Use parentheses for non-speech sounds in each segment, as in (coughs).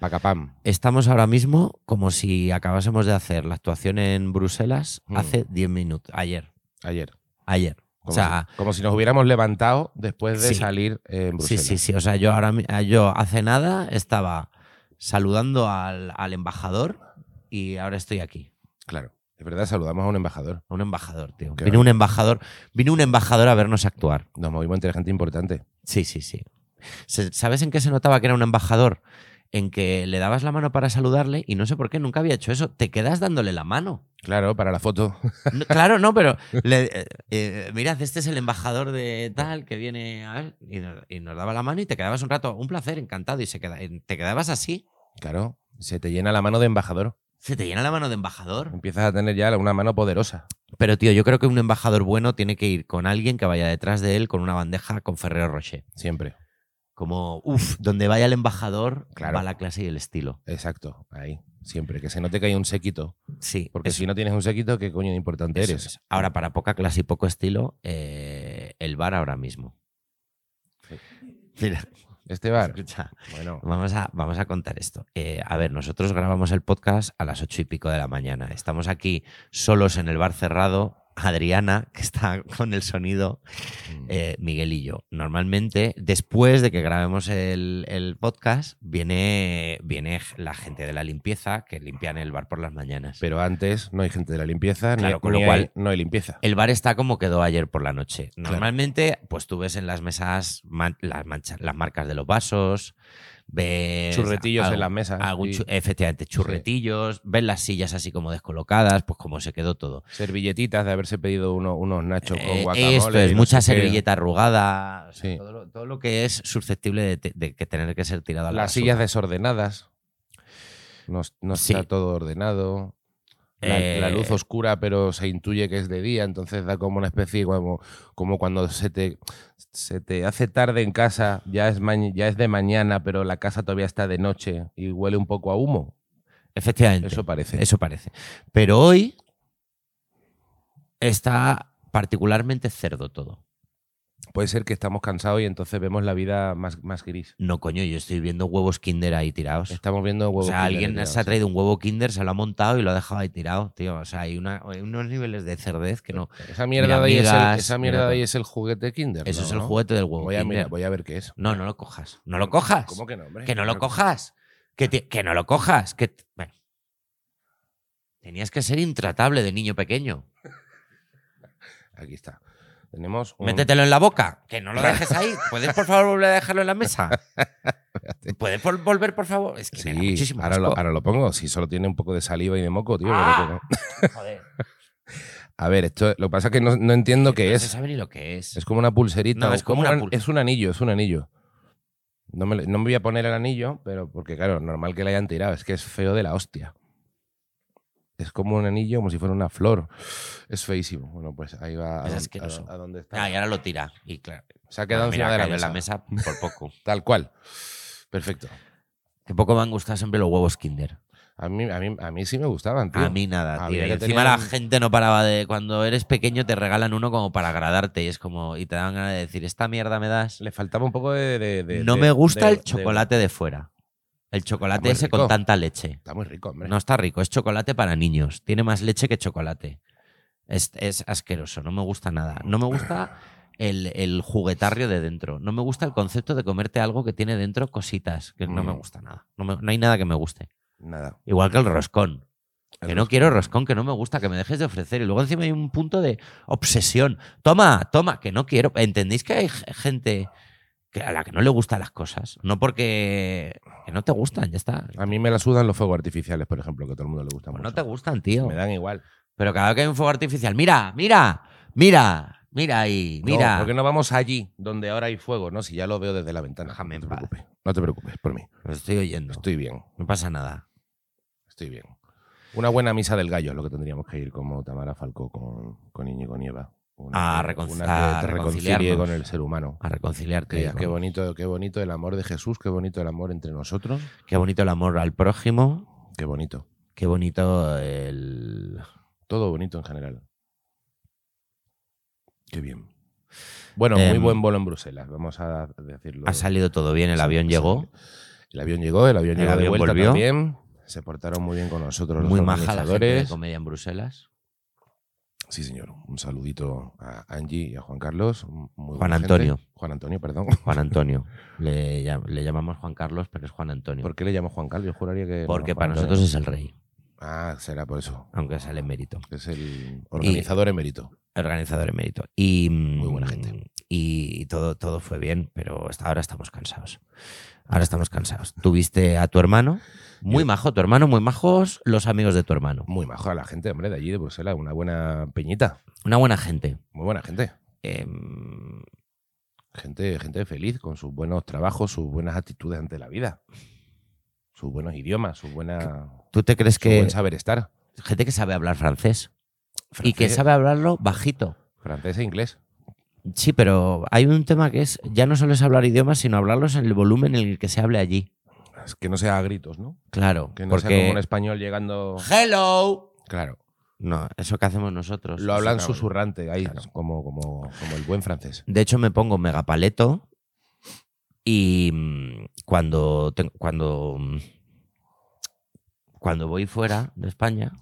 Pacapam. Estamos ahora mismo como si acabásemos de hacer la actuación en Bruselas Mm. hace 10 minutos, ayer, Ayer. ayer. Como, o sea, si, como si nos hubiéramos levantado después de Sí. salir eh, en sí, Bruselas. sí, sí. O sea, yo ahora mi- yo hace nada estaba saludando al, al embajador y ahora estoy aquí. Claro. Es verdad, saludamos a un embajador. Un embajador, tío. Qué Vino un embajador, vino un embajador a vernos actuar. Nos movimos entre gente importante. Sí, sí, sí. Se- ¿Sabes en qué se notaba que era un embajador? En que le dabas la mano para saludarle y no sé por qué, nunca había hecho eso. Te quedas dándole la mano. Claro, para la foto. (laughs) No, claro, no, pero le- eh, eh, mirad, este es el embajador de tal que viene a ver, y, nos, y nos daba la mano y te quedabas un rato, un placer, encantado, y se queda- y te quedabas así. Claro, se te llena la mano de embajador. Se te llena la mano de embajador. Empiezas a tener ya una mano poderosa. Pero tío, yo creo que un embajador bueno tiene que ir con alguien que vaya detrás de él con una bandeja con Ferrero Rocher. Siempre. Como, uff, donde vaya el embajador, Claro. va la clase y el estilo. Exacto. Ahí. Siempre. Que se note que hay un sequito. Sí, Porque eso- si no tienes un sequito, ¿qué coño de importante Eso eres? es. Ahora, para poca clase y poco estilo, eh, el bar ahora mismo. Sí. Mira, Este bar. escucha, Bueno, vamos a, vamos a contar esto. Eh, a ver, nosotros grabamos el podcast a las ocho y pico de la mañana. Estamos aquí solos en el bar cerrado. Adriana, que está con el sonido, eh, Miguel y yo. Normalmente, después de que grabemos el, el podcast, viene, viene la gente de la limpieza que limpian el bar por las mañanas. mm, pero antes no hay gente de la limpieza, ni- Claro, con lo ni cual- hay- no hay limpieza. El bar está como quedó ayer por la noche. Claro. Normalmente, pues tú ves en las mesas man- las, mancha- las marcas de los vasos, ves. Churretillos algo- en las mesas. algún y chu- efectivamente, churretillos, ves las sillas así como descolocadas, pues como se quedó todo. Servilletitas de haberse pedido uno- unos nachos con Eh, guacamole. esto es, y no mucha sé qué. servilleta arrugada, o sea, Sí. todo, lo, todo lo que es susceptible de, te- de que tener que ser tirado a la Las basura. sillas desordenadas. No, no Sí. está todo ordenado. La, la Eh, luz oscura, pero se intuye que es de día, entonces da como una especie como, como cuando se te, se te hace tarde en casa, ya es, mañ- ya es de mañana, pero la casa todavía está de noche y huele un poco a humo. Efectivamente. Eso parece. Eso parece. Pero hoy está particularmente cerdo todo. Puede ser que estamos cansados y entonces vemos la vida más, más gris. No, coño, yo estoy viendo huevos Kinder ahí tirados. Estamos viendo Pues, o huevos. sea, Kinder alguien tirados. se ha traído un huevo Kinder, se lo ha montado y lo ha dejado ahí tirado, tío. O sea, hay, una- hay unos niveles de cerdez que no. Esa mierda, Mira, de ahí, es, el, amigas, esa mira mierda de ahí todo. es el juguete Kinder. Eso ¿no? es el ¿no? juguete del huevo Voy a, Kinder. mirar- voy a ver qué es. No, no lo cojas. No lo cojas. ¿Cómo que no, hombre? que no lo Claro cojas. Que, te- que no lo cojas. Que, t- bueno. Tenías que ser intratable de niño pequeño. Aquí está. Tenemos un... Métetelo en la boca, que no lo dejes ahí. ¿Puedes, por favor, volver a dejarlo en la (laughs) mesa? ¿Puedes vol- volver, por favor? Es que me da Sí, muchísimo ahora lo, asco. ahora lo pongo. Si solo tiene un poco de saliva y de moco, tío. pero ¡Ah! que no. Joder, A ver, esto, lo que pasa es que no, no entiendo qué no es. se sabe ni lo que es. Es como una pulserita. No, o es como una un- pul- Es un anillo, es un anillo. No me, no me voy a poner el anillo, pero porque claro, normal que le hayan tirado. Es que es feo de la hostia. Es como un anillo, como si fuera una flor. Es feísimo. Bueno, pues ahí va a, Es don- asqueroso. a- a donde está. Ah, y ahora lo tira. Y claro, ah, Se ha quedado mira, encima de la cayó en mesa. mesa por poco. Tal cual. Perfecto. (laughs) Que poco me han gustado siempre los huevos Kinder. A mí, a mí, a mí sí me gustaban, tío. A mí nada, tío. Había Y que encima tenían- la gente no paraba de. Cuando eres pequeño te regalan uno como para agradarte. Y es como. Y te dan ganas de decir, esta mierda me das. Le faltaba un poco de. de- de- no de- me gusta de- el de- chocolate de, fuera. El chocolate muy ese rico. con tanta leche. Está muy rico, hombre. No está rico, es chocolate para niños. Tiene más leche que chocolate. Es, es asqueroso, no me gusta nada. No me gusta el, el juguetarrio de dentro. No me gusta el concepto de comerte algo que tiene dentro cositas, que no me Mm. gusta nada. No, me- no hay nada que me guste. Nada. Igual que el roscón. El que no roscón. quiero roscón, que no me gusta, que me dejes de ofrecer. Y luego encima hay un punto de obsesión. Toma, toma, que no quiero. ¿Entendéis que hay g- gente que a la que no le gustan las cosas? No porque que no te gustan, ya está. A mí me la sudan los fuegos artificiales, por ejemplo, que a todo el mundo le gusta Pues mucho. no te gustan, tío. Me dan igual. Pero cada vez que hay un fuego artificial, mira, mira, mira, mira ahí, mira. No, porque no vamos allí donde ahora hay fuego, ¿no? Si ya lo veo desde la ventana. Déjame no te en paz. preocupes. No te preocupes por mí. Lo estoy oyendo. Estoy bien. No pasa nada. Estoy bien. Una buena misa del gallo es lo que tendríamos que ir como Tamara Falcó con, con Íñigo Nieva. Una, A que- recon- una a que te reconcilie reconciliarnos. con el ser humano. A reconciliarte. Que- con- qué, bonito, qué bonito el amor de Jesús, qué bonito el amor entre nosotros. qué bonito el amor al prójimo. Qué bonito. Qué bonito el. Todo bonito en general. Qué bien. Bueno, muy Em, buen vuelo en Bruselas, vamos a decirlo. Ha salido todo bien, el avión Sí, llegó. sí. El avión llegó, el avión El llegó de avión vuelta volvió. también. Se portaron muy bien con nosotros los Muy maja la gente de organizadores. comedia en Bruselas. Sí, señor. Un saludito a Angie y a Juan Carlos. Muy buena Juan gente. Antonio. Juan Antonio, perdón. Juan Antonio. le, llam- le llamamos Juan Carlos, pero es Juan Antonio. ¿Por qué le llamo Juan Carlos? Yo juraría que. porque no, Juan para Antonio. nosotros es el rey, Ah, será por eso. aunque sea el emérito. Es el organizador emérito. Organizador emérito. Y, Muy buena gente. Y todo, todo fue bien, pero hasta ahora estamos cansados. Ahora estamos cansados. Tuviste a tu hermano, muy Yo- majo tu hermano, muy majos los amigos de tu hermano. Muy majo a la gente, hombre, de allí de Bruselas. Una buena peñita. Una buena gente. Muy buena gente. Em, Gente, gente feliz con sus buenos trabajos, sus buenas actitudes ante la vida. Sus buenos idiomas, su buena. ¿Tú te crees Es que. Su que buen saber estar. gente que sabe hablar francés, y que Francés- sabe hablarlo bajito? Francés e inglés. Sí, pero hay un tema que es ya no solo es hablar idiomas, sino hablarlos en el volumen en el que se hable allí. Es que no sea a gritos, ¿no? Claro, Que no sea como porque un español llegando. hello. Claro. No, eso que hacemos nosotros. Lo hablan Eso, cabrón. susurrante, ahí, Claro. como, como, como el buen francés. De hecho, me pongo megapaleto y mm, cuando, tengo- cuando, mm, cuando voy fuera de España,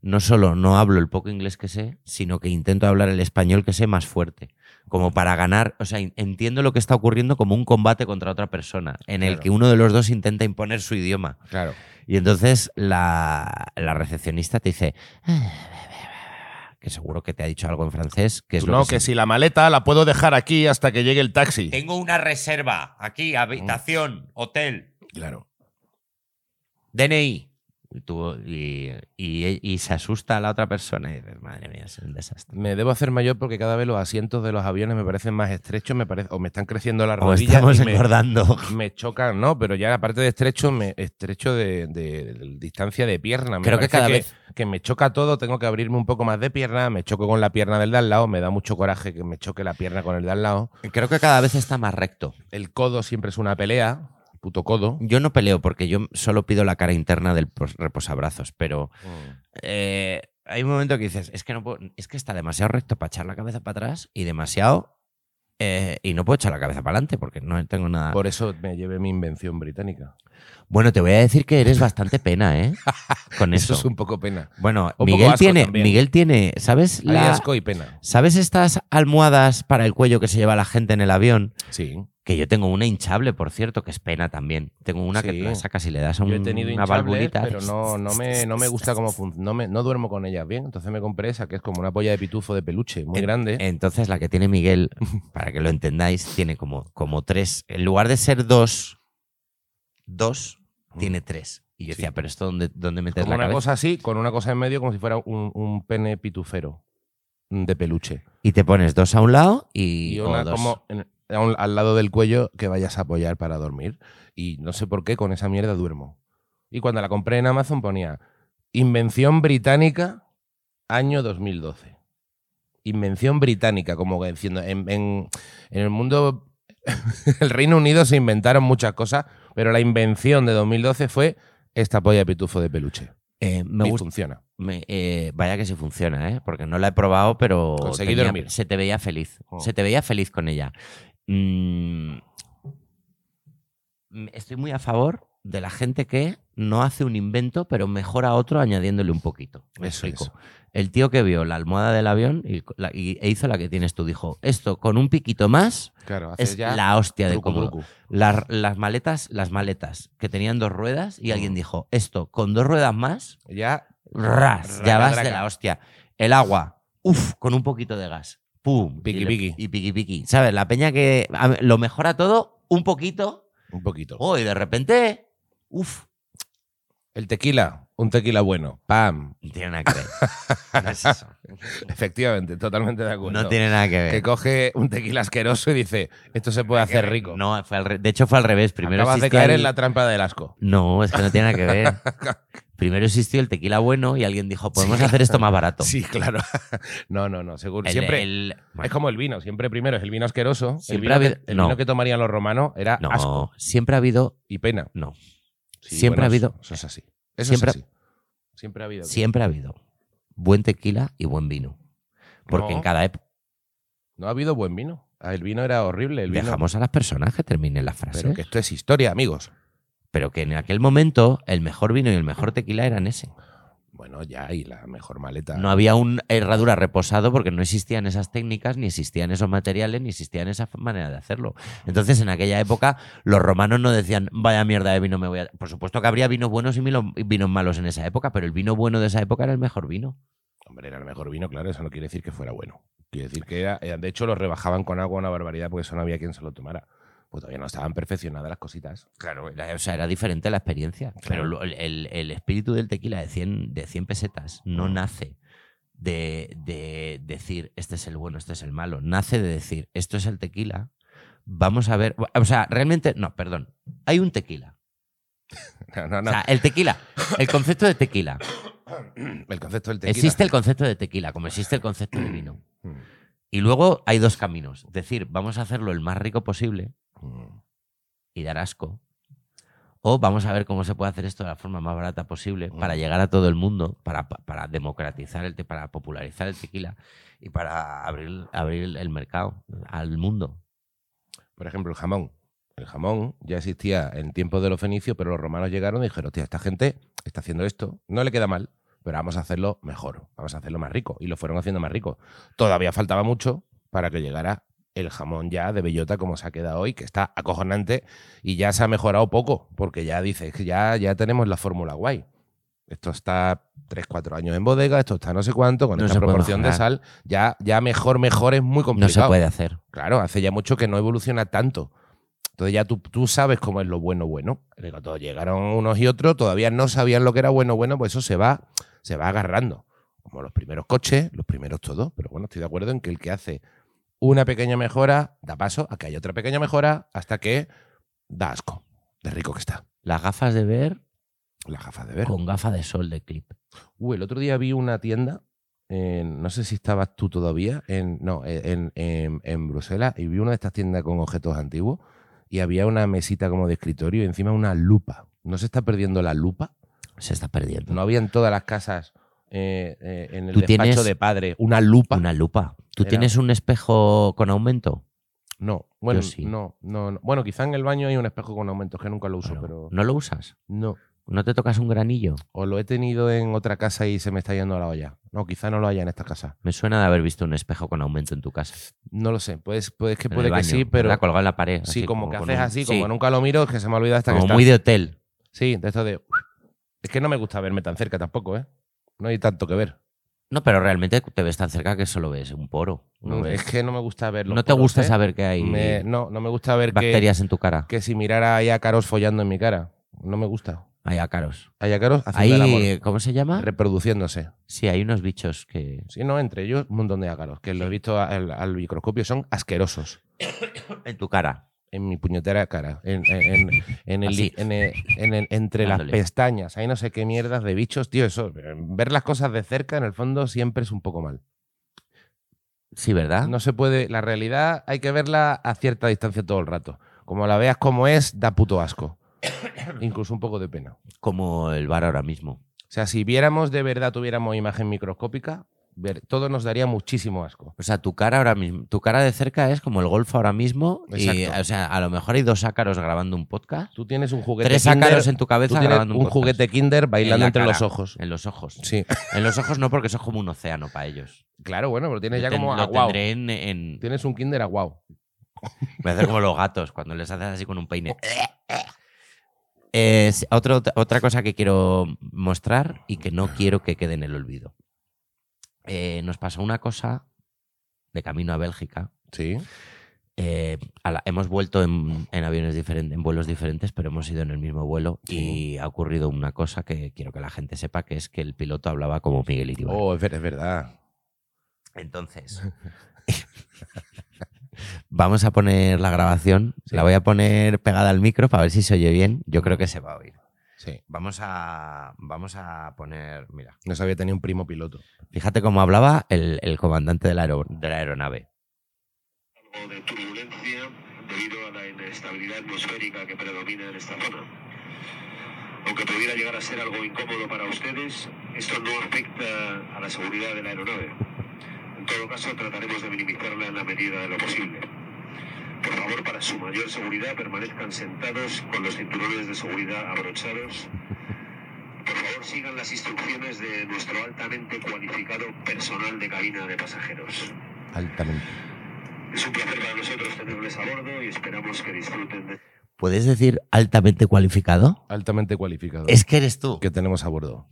no solo no hablo el poco inglés que sé, sino que intento hablar el español que sé más fuerte. Como para ganar, o sea, en- entiendo lo que está ocurriendo como un combate contra otra persona, en el Claro. que uno de los dos intenta imponer su idioma. Claro. Y entonces la, la recepcionista te dice, "Ah, que seguro que te ha dicho algo en francés, que es lo No, que Eh, se- si la maleta la puedo dejar aquí hasta que llegue el taxi. Tengo una reserva aquí, habitación, hotel, Claro. DNI. Y, tú- y- y- y se asusta a la otra persona y dices, madre mía, es un desastre. Me debo hacer mayor porque cada vez los asientos de los aviones me parecen más estrechos, me parece, o me están creciendo las O rodillas estamos y me, engordando. me chocan, ¿no? Pero ya aparte de estrecho, me estrecho de, de- de distancia de pierna. Me Creo que parece cada vez. que me choca todo, tengo que abrirme un poco más de pierna, me choco con la pierna del de al lado, me da mucho coraje que me choque la pierna con el de al lado. Creo que cada vez está más recto. El codo siempre es una pelea, puto codo. Yo no peleo porque yo solo pido la cara interna del pos- reposabrazos, pero eh, hay un momento que dices, es que no puedo- es que está demasiado recto para echar la cabeza para atrás y demasiado eh, y no puedo echar la cabeza para adelante porque no tengo nada. Por eso me llevé mi invención británica. Bueno, te voy a decir que eres bastante pena, (laughs) ¿eh? Con Eso eso. es un poco pena. Bueno, un poco Miguel asco tiene, también. Miguel tiene, ¿sabes Hay la, asco y pena. sabes estas almohadas para el cuello que se lleva la gente en el avión? Sí. Que yo tengo una hinchable, por cierto, que es pena también. Tengo una que Sí. te la sacas y le das a un, Yo he tenido Mm, una hinchables, valvulita. pero no, no, me, no me gusta cómo funciona. No, me- no duermo con ellas bien. Entonces me compré esa, que es como una polla de pitufo de peluche, muy En- grande. Entonces la que tiene (laughs) Miguel, para que lo entendáis, tiene como, como tres. En lugar de ser dos, dos, tiene tres. Y yo Mm. Sí. decía, pero esto dónde, dónde metes como la una cabeza. cosa así, con una cosa en medio, como si fuera un, un pene pitufero de peluche. Y te pones dos a un lado y, Y o una dos. como en- a un- al lado del cuello que vayas a apoyar para dormir. Y no sé por qué con esa mierda duermo. Y cuando la compré en Amazon ponía Invención británica, año 2012. Invención británica, como que diciendo, en, en- en el mundo, (laughs) el Reino Unido se inventaron muchas cosas, pero la invención de 2012 fue esta polla de pitufo de peluche. Eh, me y gusta. funciona. me- eh, vaya que sí funciona, ¿eh? Porque no la he probado, pero Conseguí tenía- dormir. se te veía feliz. Oh. Se te veía feliz con ella. Mm, mm, estoy muy a favor de la gente que no hace un invento, pero mejora otro añadiéndole un poquito. Me Eso explico. El tío que vio la almohada del avión y, co- la- y- e hizo la que tienes tú, dijo, esto con un piquito más Claro, haces es ya la hostia de truco, cómodo. truco. Las, las maletas, las maletas que tenían dos ruedas y alguien Mm. dijo, esto con dos ruedas más Ya ras, Raca, ya vas draca. de la hostia. El agua, uff, con un poquito de gas. Pum, Piqui, y le- piqui. Y piqui piqui. ¿Sabes? La peña que a- lo mejora todo un poquito. un poquito. Oh, y de repente, uff, El tequila, un tequila bueno. Pam. no tiene nada que (laughs) ver. No es eso. Efectivamente, totalmente de acuerdo. No tiene nada que que ver. coge un tequila asqueroso y dice, esto se puede hacer rico. No, fue al re- de hecho fue al revés. Primero Acabas de existía caer el- en la trampa del asco. No, es que no tiene nada que ver. (laughs) Primero existió el tequila bueno y alguien dijo, podemos hacer esto más barato. Sí, claro. (laughs) no, no, no, seguro. El- siempre el- es como el vino, siempre primero es el vino asqueroso. el Siempre vino ha que- habido- el no. vino que tomarían los romanos era no, asco siempre ha habido, y pena. no, Sí, Siempre bueno, ha habido- Eso es así. Eso Siempre- es así. Siempre ha habido. siempre ha habido buen tequila y buen vino. Porque No. en cada época No ha habido buen vino. Ah, El vino era horrible. El vino, dejamos a las personas que terminen la frase. pero que esto es historia, amigos. Pero que en aquel momento el mejor vino y el mejor tequila eran ese. Bueno, ya, y la mejor maleta. No había un herradura reposado porque no existían esas técnicas, ni existían esos materiales, ni existían esa manera de hacerlo. Entonces, en aquella época, los romanos no decían, vaya mierda de vino me voy a... Por supuesto que habría vinos buenos y milo- y vinos malos en esa época, pero el vino bueno de esa época era el mejor vino. Hombre, era el mejor vino, claro, eso no quiere decir que fuera bueno. Quiere decir que era. eh, De hecho, los rebajaban con agua una barbaridad porque eso no había quien se lo tomara. Pues todavía no estaban perfeccionadas las cositas. (laughs) Claro, era- o sea, era diferente pues, la experiencia. Pero lo- el, el- el espíritu del tequila de 100, de 100 pesetas no nace de, de decir este es el bueno, este es el malo. Nace de decir esto es el tequila. Vamos a ver. O sea, realmente, no, perdón. Hay un tequila. No, no, O no. sea, el tequila, el concepto de tequila. (clears throat) el concepto del tequila. Existe el concepto de tequila, como existe el concepto de vino. Mm, Y luego hay dos caminos. Decir, vamos a hacerlo el más rico posible mm. y dar asco. O vamos a ver cómo se puede hacer esto de la forma más barata posible Mm. para llegar a todo el mundo, para, pa- para democratizar el te, para popularizar el tequila y para abrir, abrir el mercado al mundo. Por ejemplo, el jamón. El jamón ya existía en tiempos de los fenicios, pero los romanos llegaron y dijeron, hostia, esta gente está haciendo esto, no le queda mal, pero vamos a hacerlo mejor, vamos a hacerlo más rico. Y lo fueron haciendo más rico. Todavía faltaba mucho para que llegara el jamón ya de bellota como se ha quedado hoy, que está acojonante y ya se ha mejorado poco, porque ya dices que ya, ya tenemos la fórmula guay. Esto está 3, 4 años en bodega, esto está no sé cuánto, con No esta se puede proporción de mejorar. sal, ya, ya mejor, mejor es muy No complicado. se puede hacer. Claro, hace ya mucho que no evoluciona tanto. Entonces ya tú, tú sabes cómo es lo bueno bueno. Pero cuando llegaron unos y otros, todavía no sabían lo que era bueno bueno, pues eso se va, se va agarrando. Como los primeros coches, los primeros todos. Pero bueno, estoy de acuerdo en que el que hace una pequeña mejora da paso a que haya otra pequeña mejora hasta que da asco. De rico que está. Las gafas de ver La gafas de ver. con gafas de sol de clip. Uy, el otro día vi una tienda, en- no sé si estabas tú todavía, en, no, e, en, en- en Bruselas, y vi una de estas tiendas con objetos antiguos y había una mesita como de escritorio y encima una lupa. ¿No se está perdiendo la lupa? Se está perdiendo. ¿No había en todas las casas, eh, eh, en el Tú despacho tienes de padre, una lupa? Una lupa. ¿Tú Era- tienes un espejo con aumento? No, bueno, Yo sí. no, no, no. Bueno, quizá en el baño hay un espejo con aumentos que nunca lo uso, Bueno, pero ¿No lo usas? no. ¿No te tocas un granillo? O lo he tenido en otra casa y se me está yendo a la olla. No, quizá no lo haya en esta casa. Me suena de haber visto un espejo con aumento en tu casa. No lo sé. Pues, pues es que en puede el que baño, sí, pero. ¿verdad? Colgado en la pared. Sí, así, como, que con haces un- así, sí, como nunca lo miro, que se me ha olvidado hasta como que está. muy de hotel. Sí, de esto de. Es que no me gusta verme tan cerca tampoco, ¿eh? No hay tanto que ver. No, pero realmente te ves tan cerca que solo ves un poro. No, No, ves- Mm, es que no me gusta ver los ¿No te poros, gusta ¿eh? saber que hay Me- no, no me gusta ver que, bacterias en tu cara. que si mirara ahí a Caros follando en mi cara. No me gusta. Hay ácaros. Hay a Caros haciendo el amor, Ahí, ¿cómo se llama? reproduciéndose. Sí, hay unos bichos que. Sí, no, entre ellos un montón de ácaros, que lo he visto al, al microscopio, son asquerosos. En tu cara. En mi puñetera cara. En, en- en- en el- Así. en el- en el- entre las Dándole. pestañas. Hay no sé qué mierdas de bichos, tío. Eso, ver las cosas de cerca, en el fondo, siempre es un poco mal. Sí, ¿verdad? No se puede. La realidad hay que verla a cierta distancia todo el rato. Como la veas como es, da puto (coughs) asco. Incluso un poco de pena. Como el bar ahora mismo. O sea, si viéramos de verdad, tuviéramos imagen microscópica, ver, todo nos daría muchísimo asco. O sea, tu cara ahora mismo, tu cara de cerca es como el golfo ahora mismo. Y, Exacto. o sea, a lo mejor hay dos ácaros grabando un podcast. Tú tienes un juguete Tres kinder, ácaros en tu tú cabeza tienes grabando un, un, podcast. juguete kinder bailando la entre los cara. ojos. En los ojos. Sí. En los ojos no, porque eso es como un océano para ellos. Claro, bueno, pero tienes Yo ya ten- como lo aguao. tendré en- en, Tienes un kinder aguao. Voy a hacer como los gatos, cuando les haces así con un peine. Eh, sí, otro- otra cosa que quiero mostrar y que no quiero que quede en el olvido. Eh, nos pasó una cosa de camino a Bélgica. Sí. Eh, a la- hemos vuelto en, en aviones diferentes, en vuelos diferentes, pero hemos ido en el mismo vuelo y ha ocurrido una cosa que quiero que la gente sepa, que es que el piloto hablaba como Miguel Iribar. Oh, es, ver- es verdad. (laughs) Entonces, vamos a poner la grabación. La voy a poner pegada al micro para ver si se oye bien. Yo creo que se va a oír. Sí. Vamos a, vamos a poner, mira, No sabía tenía un primo piloto. fíjate cómo hablaba el, el comandante de la, aero- de la aeronave. o de turbulencia debido a la inestabilidad atmosférica que predomina en esta zona. Aunque pudiera llegar a ser algo incómodo para ustedes, esto no afecta a la seguridad de la aeronave. En todo caso, trataremos de minimizarla en la medida de lo posible. Por favor, para su mayor seguridad, permanezcan sentados con los cinturones de seguridad abrochados. Por favor, sigan las instrucciones de nuestro altamente cualificado personal de cabina de pasajeros. Altamente. Es un placer para nosotros tenerles a bordo y esperamos que disfruten de... ¿Puedes decir altamente cualificado? Altamente cualificado. Es que eres tú. Que tenemos a bordo.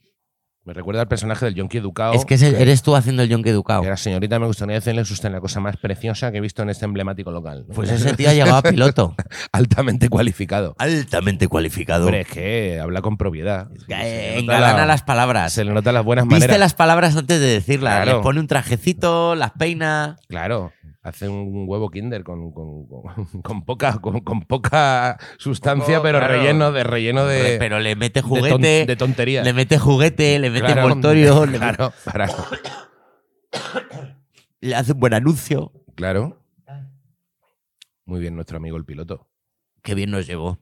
Me recuerda al personaje del Yonki Educado. Es que es el- eres tú haciendo el yonque educado. La señorita me gustaría decirle usted la cosa más preciosa que he visto en este emblemático local. ¿no? Pues ese tío ha llegado a piloto. (laughs) Altamente (laughs) cualificado. Altamente cualificado. Hombre, es que habla con propiedad. Eh, le nota engalana la- las palabras. se le notan las buenas Viste maneras. las palabras antes de decirlas. Claro. Les pone un trajecito, las peina. Claro, hace un huevo kinder con, con- con- (laughs) con poca, con, con poca sustancia, Poco, pero claro. relleno de relleno de, Pero le mete de ton- juguete, de tonterías. le mete juguete, le mete Claro, (laughs) envoltorio, le, (laughs) Claro, para- le hace un buen anuncio. claro. Muy bien, nuestro amigo el piloto. Qué bien nos llevó.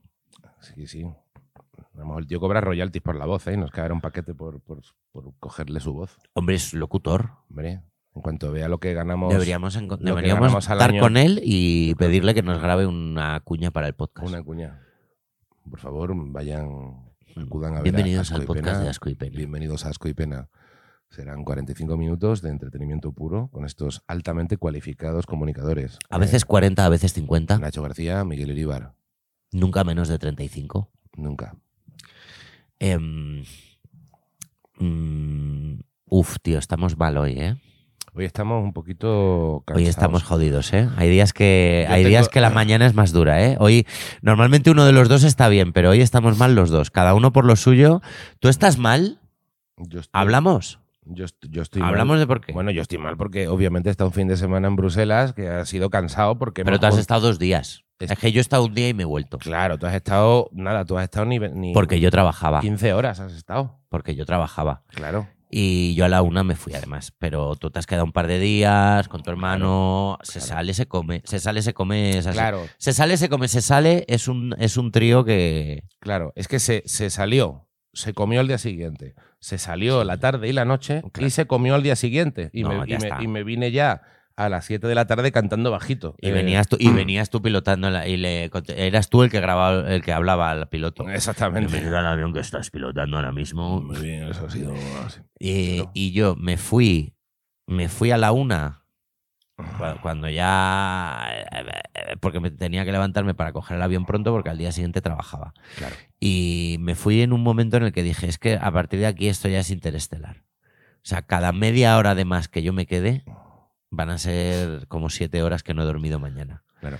Sí, sí. A lo mejor el tío cobra royalties por la voz, ¿eh? Y nos caerá un paquete por, por- por cogerle su voz. Hombre, es locutor. Hombre, en cuanto vea lo que ganamos, Deberíamos, enco- Pues, que deberíamos ganamos al estar año. con él y pedirle que nos grabe una cuña para el podcast. Mm. una cuña. Por favor, vayan, acudan a ver a Bienvenidos Asco al y podcast Pena. de Asco y Pena. Bienvenidos a Asco y Pena. Serán 45 minutos de entretenimiento puro con estos altamente cualificados comunicadores. A veces 40, a veces 50, Nacho García, Miguel Iríbar. nunca menos de 35. Nunca. Em, mm, uf, tío, estamos mal hoy, ¿eh? Hoy estamos un poquito cansados. Hoy estamos jodidos, ¿eh? Hay días que Yo hay días tengo- que la mañana es más dura, ¿eh? Hoy normalmente uno de los dos está bien, pero hoy estamos mal los dos, cada uno por lo suyo. ¿Tú estás mal? Yo estoy- Hablamos. Yo, est- yo estoy mal. Hablamos de por qué. Bueno, yo estoy mal porque obviamente he estado un fin de semana en Bruselas que ha sido cansado porque... pero hemos tú has jun- estado dos días. Es- Es que yo he estado un día y me he vuelto. Claro, tú has estado... Nada, tú has estado ni, ve- ni Porque yo trabajaba. 15 horas has estado. Porque yo trabajaba. Claro. Y yo a la una me fui además. Pero tú te has quedado un par de días con tu hermano. se claro. sale, se come. Se sale, se come. es así. Claro, Se sale, se come, se sale. Es un, es un trío que. Claro, es que se, se salió, se comió al día siguiente, se salió la tarde y la noche Claro. y se comió al día siguiente. Y, No, me, y ya me- está. y me vine ya a las 7 de la tarde cantando bajito. Y Eh, venías tú, y venías tú pilotando la- y le cont- eras tú el que grababa el que hablaba al piloto. Eh, (laughs) Exactamente. Bienvenido al avión que estás pilotando ahora mismo. Muy bien, eso ha sido así. Y, Claro. Eh, y yo me fui, me fui a la una Ah. cua- cuando ya eh, porque me tenía que levantarme para coger el avión pronto porque al día siguiente trabajaba. Claro. Y me fui en un momento en el que dije, es que a partir de aquí esto ya es interestelar. O sea, cada media hora de más que yo me quede, van a ser como siete horas que no he dormido mañana. Claro.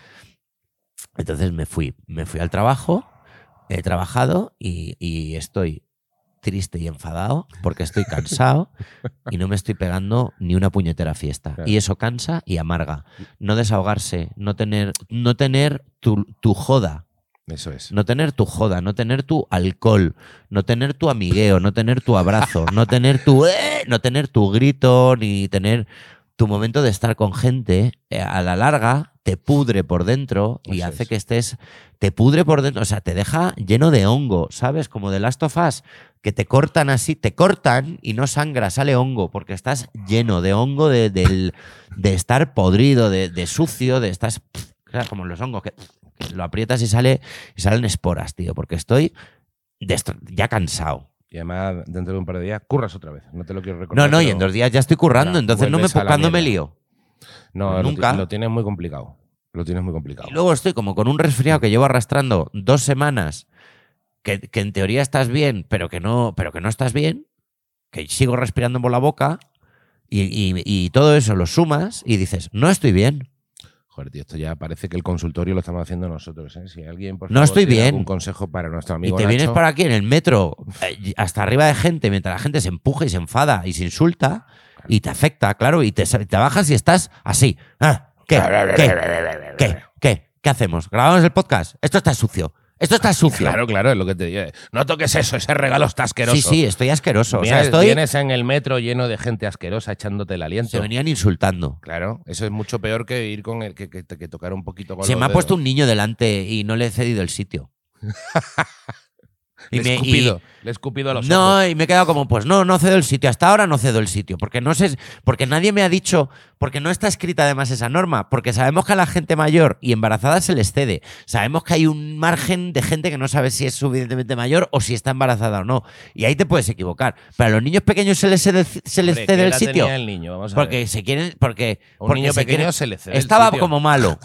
Entonces me fui, me fui al trabajo, he trabajado y, y estoy triste y enfadado porque estoy cansado y no me estoy pegando ni una puñetera fiesta. Claro. Y eso cansa y amarga. No desahogarse, no tener, no tener tu, tu joda, Eso es. no tener tu joda, no tener tu alcohol, no tener tu amigueo, no tener tu abrazo, no tener tu "Eh", no tener tu grito, ni tener tu momento de estar con gente, eh, a la larga te pudre por dentro y Eso hace es. que estés, te pudre por dentro, o sea, te deja lleno de hongo, ¿sabes? Como de Last of Us, que te cortan así, te cortan y no sangra, sale hongo, porque estás lleno de hongo de, del- de estar podrido, de, de sucio, de estás claro, como los hongos, que, que lo aprietas y sale y salen esporas, tío, porque estoy destro- ya cansado. Y además, dentro de un par de días, curras otra vez. No te lo quiero recordar. No, no, y pero- en dos días ya estoy currando, Ya, entonces no me vuelves a la cuando me mierda. lío. No, lo ti- nunca. Lo, tienes muy complicado. Lo tienes muy complicado. Y luego estoy como con un resfriado que llevo arrastrando dos semanas, que, que en teoría estás bien, pero que no, pero que no estás bien, que sigo respirando por la boca, y, y- y todo eso lo sumas y dices, no estoy bien. Joder, tío, esto ya parece que el consultorio lo estamos haciendo nosotros. ¿eh? Si alguien, por No favor, estoy tiene bien. algún consejo para nuestro Y amigo te vienes Nacho, para aquí en el metro, eh, y hasta arriba de gente, mientras la gente se empuja y se enfada y se insulta, y te afecta, claro, y te, sa- te bajas y estás así. Ah, ¿Qué? ¿Qué? ¿Qué? ¿Qué? ¿Qué hacemos? ¿Grabamos el podcast? Esto está sucio. Esto está sucio. Claro, claro, es lo que te digo. eh. No toques eso, ese regalo está asqueroso. Sí, sí, estoy asqueroso. O sea, Vienes- estoy. Vienes en el metro lleno de gente asquerosa echándote el Se aliento. venían insultando. Claro, eso es mucho peor que ir con el que, que- que tocar un poquito con Se los me ha puesto dedos. un niño delante y no le he cedido el sitio. (laughs) Le he me- escupido, le he escupido a los no, ojos. y me he quedado como, pues no, no cedo el sitio. Hasta ahora no cedo el sitio. Porque no sé, porque nadie me ha dicho, porque no está escrita además esa norma. Porque sabemos que a la gente mayor y embarazada se les cede. Sabemos que hay un margen de gente que no sabe si es suficientemente mayor o si está embarazada o no. Y ahí te puedes equivocar. Pero a los niños pequeños se les cede, se les Hombre, cede ¿qué el este edad sitio. tenía el niño? Vamos a ver. Porque se quieren, porque, A un porque niño se pequeño quieren- se le cede el Estaba sitio. (laughs) como malo.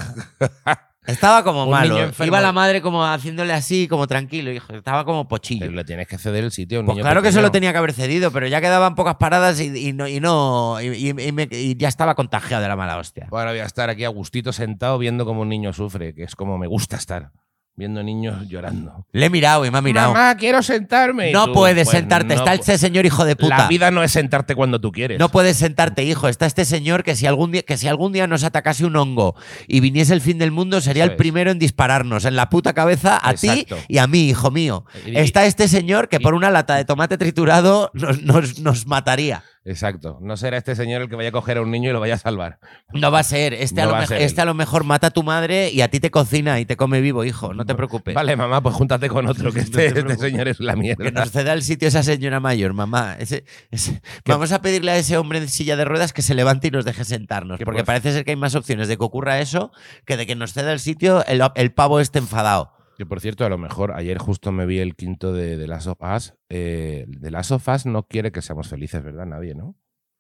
Estaba como Un malo. niño enfermo. Iba la madre como haciéndole así, como tranquilo. hijo. Estaba como pochillo. Te- Le tienes que ceder el sitio a un Pues niño claro que se lo pequeño. tenía que haber cedido, pero ya quedaban pocas paradas y, y no, y, no- y- y- y me- y ya estaba contagiado de la mala hostia. Ahora voy a estar aquí a gustito sentado viendo cómo un niño sufre, que es como me gusta estar. Viendo niños llorando. Le he mirado y me ha mirado. Mamá, quiero sentarme. Y no tú, puedes pues, no sentarte, está pu- este señor hijo de puta. La vida no es sentarte cuando tú quieres. No puedes sentarte, hijo. Está este señor que si algún día, que si algún día nos atacase un hongo y viniese el fin del mundo, sería Eso el es. primero en dispararnos en la puta cabeza a ti Exacto. y a mí, hijo mío. Y- Está este señor que y- por una lata de tomate triturado nos, nos- nos mataría. Exacto. No será este señor el que vaya a coger a un niño y lo vaya a salvar. No va a ser. Este, a, No lo va a mej- ser él. este a lo mejor mata a tu madre y a ti te cocina y te come vivo, hijo. No te preocupes. Vale, mamá, pues júntate con (laughs) otro, que este, este señor es la mierda. Que nos ceda el sitio esa señora mayor, mamá. Ese- ese- Vamos a pedirle a ese hombre en silla de ruedas que se levante y nos deje sentarnos. Que Porque pues- parece ser que hay más opciones de que ocurra eso que de que nos ceda el sitio el, el pavo esté enfadado. Que por cierto, a lo mejor ayer justo me vi el quinto de, de Last of Us. Eh, de Last of Us no quiere que seamos felices, ¿verdad? Nadie, ¿no?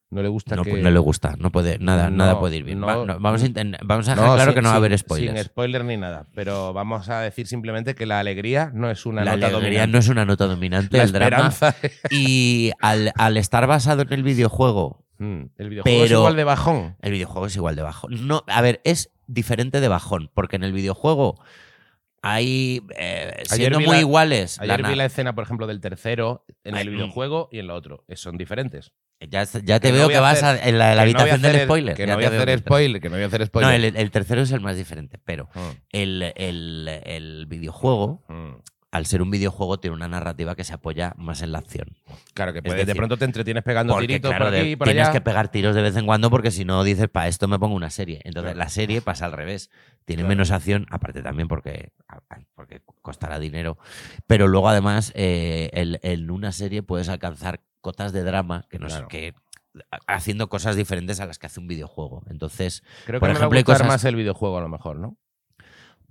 No le gusta No, que. pues no le gusta, no puede, nada, No, nada puede ir bien. no. Va- no, vamos, a inten- vamos a No, dejar claro sin- que no va a sin- haber Sin spoilers. spoiler ni nada. Pero vamos a decir simplemente que la alegría no es una La nota alegría dominante. no es una nota dominante, la el drama. esperanza. Y al, al estar basado en el videojuego, (laughs) Mm, el videojuego es Pero- igual de bajón. El videojuego es igual de bajón. No, a ver, es diferente de bajón, porque en el videojuego hay eh, siendo vi muy la- iguales. la Ayer na- vi la escena, por ejemplo, del tercero en Ay, el mm. videojuego y en lo otro. Es- Son diferentes. ya, ya te que no veo voy que a vas hacer- a- en Que no la, la voy a habitación hacer del el- spoiler. Que ya no voy te a veo hacer que- spoiler. Que no voy a hacer No, spoiler. el, el tercero es el más diferente, pero Mm, el, el- el videojuego, mm. al ser un videojuego, tiene una narrativa que se apoya más en la acción. Claro, que puedes- decir, de pronto te entretienes pegando Porque, tiritos claro, por de- aquí y por tienes allá. que pegar tiros de vez en cuando porque si no dices, para esto me pongo una serie. Entonces Claro. la serie pasa al revés. Tiene Claro. menos acción, aparte también porque, a- a- porque costará dinero. Pero luego además eh, el- en una serie puedes alcanzar cotas de drama que no sé Claro. qué ha- haciendo cosas diferentes a las que hace un videojuego. Entonces, Creo por que ejemplo, me va a hay gustar cosas- más el videojuego a lo mejor, ¿no?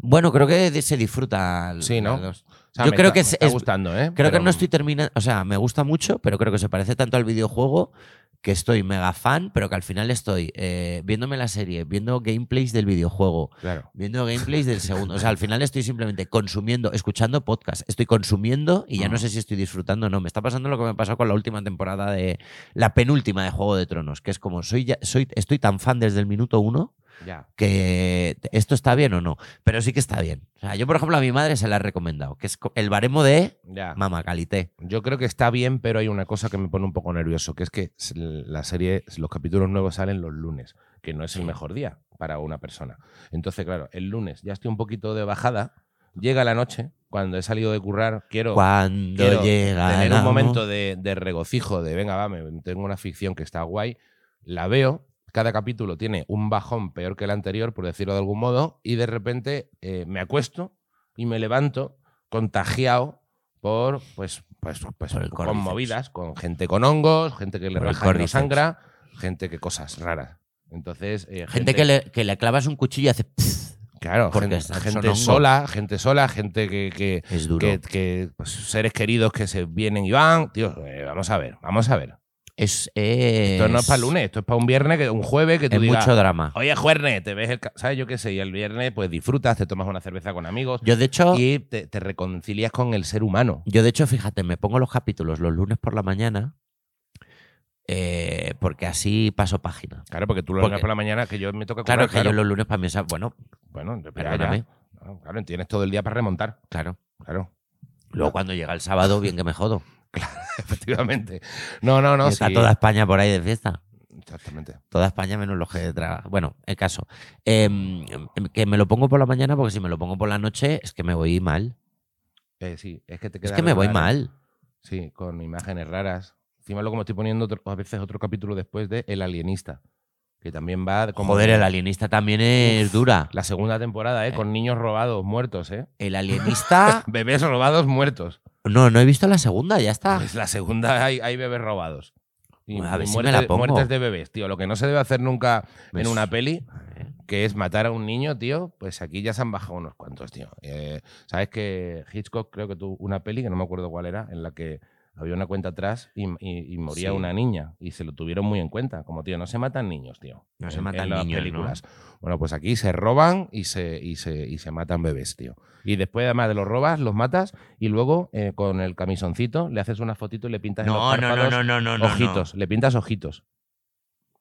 bueno, creo que de- se disfruta. l- Sí, ¿no? las dos. O sea, Yo me creo está- que me es- está es- gustando, ¿eh? Creo Pero- que no estoy terminando, o sea, me gusta mucho, pero creo que se parece tanto al videojuego que estoy mega fan, pero que al final estoy eh, viéndome la serie, viendo gameplays del videojuego, Claro. viendo gameplays del segundo. O sea, al final estoy simplemente consumiendo, escuchando podcast, estoy consumiendo y ya no sé si estoy disfrutando o no. Me está pasando lo que me pasó con la última temporada de, la penúltima de Juego de Tronos, que es como, soy ya, soy, estoy tan fan desde el minuto uno Ya. que esto está bien o no, pero sí que está bien. O sea, yo, por ejemplo, a mi madre se la he recomendado, que es co- el baremo de Ya. mamá calité. Yo creo que está bien, pero hay una cosa que me pone un poco nervioso, que es que s- la serie, los capítulos nuevos salen los lunes, que no es el mejor día para una persona. Entonces, claro, el lunes ya estoy un poquito de bajada, llega la noche, cuando he salido de currar, quiero Cuando quiero llega tener el un amor. momento de, de regocijo, de venga, va, me- tengo una ficción que está guay, la veo, cada capítulo tiene un bajón peor que el anterior, por decirlo de algún modo, y de repente eh, me acuesto y me levanto contagiado por, pues, pues, pues Por el con córdiceps. movidas, con gente con hongos, gente que le Por el rebaja y no córdiceps. sangra, gente que cosas raras. Entonces, eh, gente que le, que le clavas un cuchillo y hace pss, claro, porque gente, son gente hongos. sola, gente sola, gente que- que, es duro. que, que, pues, seres queridos que se vienen y van. Tío, eh, vamos a ver, vamos a ver. es, es- Esto no es para lunes, esto es para un viernes, que, un jueves que tú Es digas, mucho drama. oye, jueves, te ves el... ca-", ¿Sabes? Yo qué sé, y el viernes pues disfrutas, te tomas una cerveza con amigos Yo de hecho, y te, te reconcilias con el ser humano. yo de hecho, fíjate, me pongo los capítulos los lunes por la mañana eh, porque así paso página. Claro, porque tú lo Porque- hagas por la mañana, que yo me toca Claro, currar, que yo los lunes para mí es bueno, Bueno, ya, ya. perdóname, No, Claro, tienes todo el día para remontar. claro. Claro, (laughs) Luego cuando llega el sábado, bien que me jodo. efectivamente. No, no, Y no. está sí. toda España por ahí de fiesta. Exactamente. Toda España menos los que trabajan. Bueno, el caso. Em, em, que me lo pongo por la mañana porque si me lo pongo por la noche es que me voy mal. Eh, sí, es que te Es queda que me voy regular. mal. Sí, con imágenes raras. Encima luego me estoy poniendo otro- a veces otro capítulo después de El Alienista, que también va como... Joder, el alienista también es dura. La segunda temporada, ¿eh? (laughs) Con niños robados, muertos, ¿eh? El alienista, Bebés robados, muertos. (laughs) No, no he visto la segunda, ya está. Es la segunda, hay, hay bebés robados. Y Bueno, a ver si muerte- me la pongo. Muertes de bebés, tío. Lo que no se debe hacer nunca Pues- en una peli, A ver. que es matar a un niño, tío, pues aquí ya se han bajado unos cuantos, tío. Eh, Sabes que Hitchcock creo que tuvo una peli, que no me acuerdo cuál era, en la que había una cuenta atrás y, y- y moría Sí. una niña y se lo tuvieron muy en cuenta. Como, tío, no se matan niños, tío. No se en- matan en las niños, ¿no? películas. Bueno, pues aquí se roban y se, y, se, y se matan bebés, tío. Y después, además de los robas, los matas y luego eh, con el camisoncito le haces una fotito y le pintas en los No, no, no, párpados no, no, no, no. ojitos. Le pintas ojitos.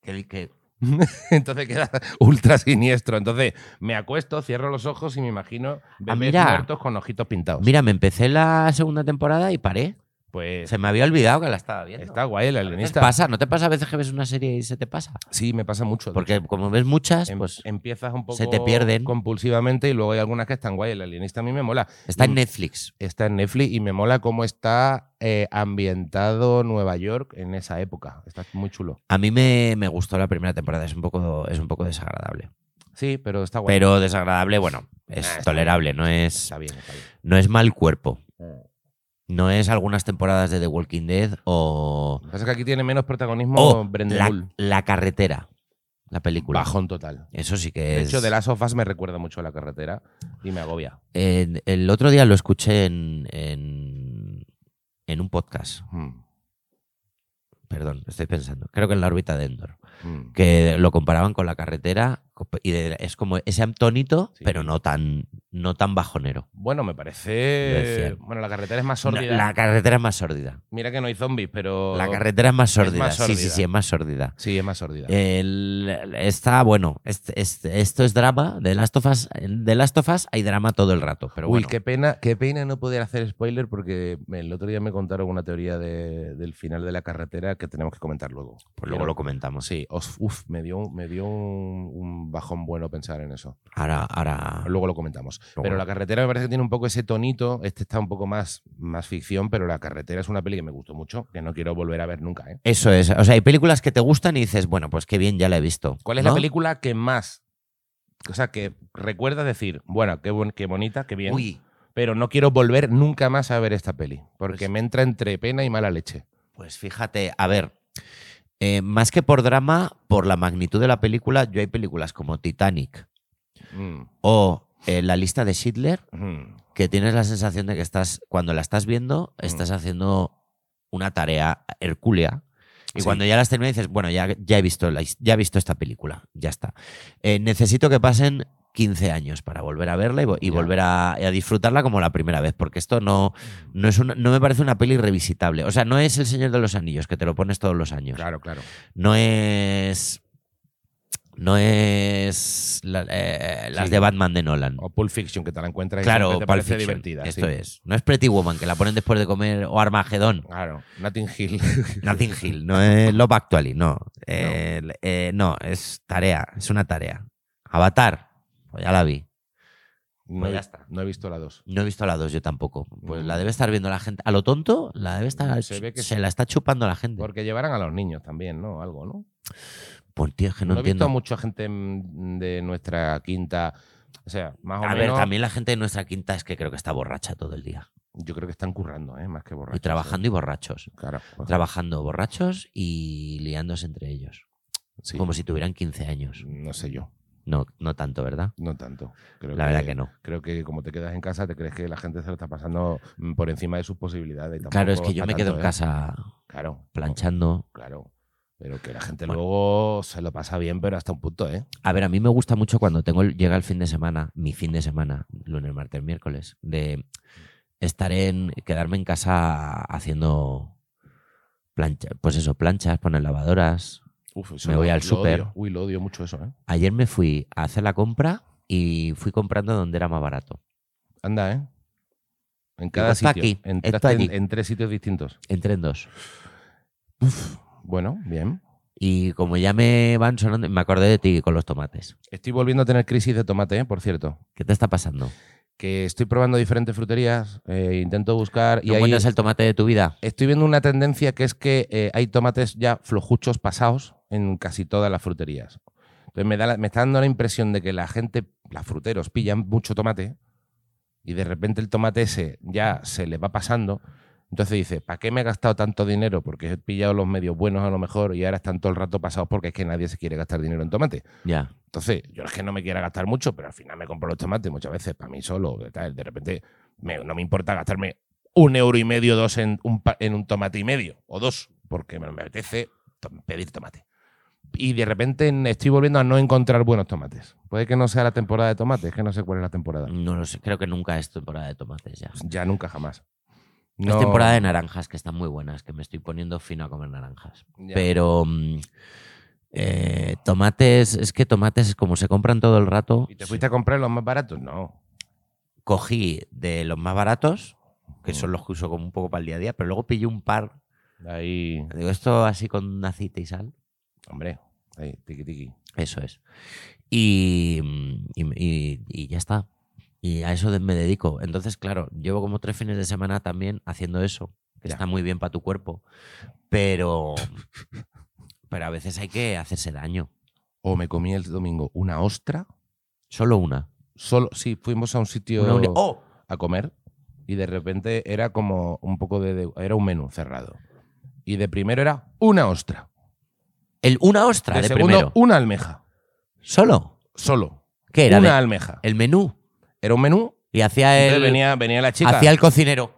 Que- que- (laughs) Entonces queda ultra siniestro. Entonces me acuesto, cierro los ojos y me imagino bebés Ah, mira. muertos con ojitos pintados. Mira, me empecé la segunda temporada y paré. Pues Se me había olvidado que la estaba viendo. está guay el A veces alienista. pasa, ¿no te pasa a veces que ves una serie y se te pasa? Sí, me pasa mucho. Porque como ves muchas, Pues Em- pues empiezas un poco se te pierden. compulsivamente y luego hay algunas que están guay. El alienista a mí me mola. está en mm, Netflix. Está en Netflix y me mola cómo está eh, ambientado Nueva York en esa época. Está muy chulo. A mí me, me gustó la primera temporada, es un poco, es un poco desagradable. Sí, pero está guay. Pero desagradable, bueno, es Ah, está tolerable, no es, está bien, está bien. no es mal cuerpo. Eh. No es algunas temporadas de The Walking Dead o, Lo que pasa es que aquí tiene menos protagonismo o Brendan Oh, la, Bull. La carretera, la película. Bajón total. Eso sí que De es. hecho, de las sofás me recuerda mucho a la carretera y me agobia. En- el otro día lo escuché en, en, en un podcast. Mm, Perdón, estoy pensando. Creo que en la órbita de Endor. mm. Que lo comparaban con la carretera y de- es como ese antónito, Sí. pero no tan, no tan bajonero. Bueno, me parece. Decía. Bueno, la carretera es más sórdida. La carretera es más sórdida. Mira que no hay zombies, pero. La carretera es más más sórdida. Sí, sí, sórdida. sí, es más sórdida. Sí, es más sórdida. El- está bueno. Este- este- esto es drama. De Last of Us, de Last of Us hay drama todo el rato. Pero Uy, bueno, qué pena, qué pena no poder hacer spoiler porque el otro día me contaron una teoría de- del final de la carretera que tenemos que comentar luego. pues luego Pero- lo comentamos. Sí, os- uf, me dio, me dio un, un bajón bueno pensar en eso. Ahora, ahora. Luego lo comentamos. Luego pero lo- la carretera me parece que tiene un poco ese tonito. Este está un poco más, más ficción, pero la carretera es una peli que me gustó mucho, que no quiero volver a ver nunca. ¿eh? Eso es. O sea, hay películas que te gustan y dices, bueno, pues qué bien, ya la he visto. ¿Cuál es ¿no? la película que más? O sea, que recuerdas decir, bueno, qué, buen- qué bonita, qué bien, Uy, pero no quiero volver nunca más a ver esta peli, porque Pues- me entra entre pena y mala leche. pues fíjate, a ver. eh, más que por drama, por la magnitud de la película, yo hay películas como Titanic Mm, o eh, La lista de Schindler mm, que tienes la sensación de que estás, cuando la estás viendo, estás haciendo una tarea hercúlea. Y Sí. cuando ya las terminas dices, bueno, ya, ya, he visto la his- ya he visto esta película, ya está. Eh, necesito que pasen 15 años para volver a verla y, vo- y Ya. volver a, a disfrutarla como la primera vez, porque esto no, Mm. no, es una- no me parece una peli revisitable. O sea, no es El Señor de los Anillos, que te lo pones todos los años. claro, claro. No es... No es la- eh, las Sí. de Batman de Nolan. O Pulp Fiction, que te la encuentras y Claro, siempre te Pulp parece Fiction, divertida. Esto sí. es. No es Pretty Woman, que la ponen después de comer, o Armagedón, Claro, Nothing Hill. (laughs) Nothing Hill, no es Love Actually, no. Eh, eh, no. es tarea, es una tarea. Avatar, pues ya la vi. No, Pues he- ya está. no he visto la dos. No he visto la dos yo tampoco. Pues Mm. la debe estar viendo la gente. A lo tonto, la debe estar. Se Se, ve que sí. la está chupando la gente. Porque llevarán a los niños también, ¿no? Algo, ¿no? Pues tío, es que no, he visto entiendo. a mucha gente mm, de nuestra quinta. O sea, más o A ver, menos. también la gente de nuestra quinta es que creo que está borracha todo el día. Yo creo que están currando, ¿eh? Más que borrachos. y trabajando y borrachos. ¿eh? Claro. pues, Trabajando borrachos y liándose entre ellos. sí. Como si tuvieran 15 años. No sé yo. No, no tanto, ¿verdad? No tanto. Creo La verdad que no. Creo que como te quedas en casa, te crees que la gente se lo está pasando mm, por encima de sus posibilidades. y Claro, es tampoco que yo pa' me quedo tanto, en ¿eh? casa Claro. planchando. Claro. Pero que la gente Bueno. luego se lo pasa bien, pero hasta un punto, ¿eh? A ver, a mí me gusta mucho cuando tengo el- llega el fin de semana, mi fin de semana, lunes, martes, miércoles, de estar en quedarme en casa haciendo plancha, pues eso, planchas, poner lavadoras. Uf, Me voy lo- al lo súper. odio. Uy, lo odio mucho eso, ¿eh? Ayer me fui a hacer la compra y fui comprando donde era más barato. Anda, ¿eh? En cada está sitio. aquí, Entraste está allí. en, en tres sitios distintos. Entré en dos. Bueno, bien. Y como ya me van sonando, me acordé de ti con los tomates. Estoy volviendo a tener crisis de tomate, ¿eh? Por cierto. ¿Qué te está pasando? Que estoy probando diferentes fruterías, eh, intento buscar. ¿No y ahí, encuentras el tomate de tu vida? estoy viendo una tendencia que es que eh, hay tomates ya flojuchos pasados en casi todas las fruterías. Entonces me, da la- me está dando la impresión de que la gente, los fruteros, pillan mucho tomate y de repente el tomate ese ya se le va pasando, entonces dice, ¿para qué me he gastado tanto dinero? Porque he pillado los medios buenos a lo mejor y ahora están todo el rato pasados porque es que nadie se quiere gastar dinero en tomate. Ya. Entonces, yo es que no me quiera gastar mucho, pero al final me compro los tomates muchas veces para mí solo, de tal. De repente me- no me importa gastarme un euro y medio, dos en un, pa- en un tomate y medio o dos, porque me, me apetece to- pedir tomate. Y de repente estoy volviendo a no encontrar buenos tomates. Puede que no sea la temporada de tomates, es que no sé cuál es la temporada. No lo sé, creo que nunca es temporada de tomates ya. Ya nunca jamás. Es temporada de naranjas que están muy buenas, que me estoy poniendo fino a comer naranjas. Ya. Pero mm, eh, tomates, es que tomates es como se compran todo el rato. ¿Y te fuiste a comprar los más baratos? No. Cogí de los más baratos, que Mm. son los que uso como un poco para el día a día, pero luego pillé un par. Ahí, Digo, esto así con aceite y sal. hombre, ahí, tiqui tiqui. Eso es. Y, mm, y- y- y ya está. Y a eso de- me dedico. Entonces, claro, llevo como tres fines de semana también haciendo eso, que Ya. está muy bien para tu cuerpo. Pero, pero a veces hay que hacerse daño. O me comí el domingo una ostra. Solo una. Solo, sí, fuimos a un sitio Una uni- ¡Oh! a comer y de repente era como un poco de, de- Era un menú cerrado. Y de primero era una ostra. El, una ostra de, de segundo, primero. una almeja. ¿Solo? Solo. ¿Qué era? una De- almeja. el menú. Era un menú. Y hacía Entonces el, venía, venía la chica. hacía el cocinero.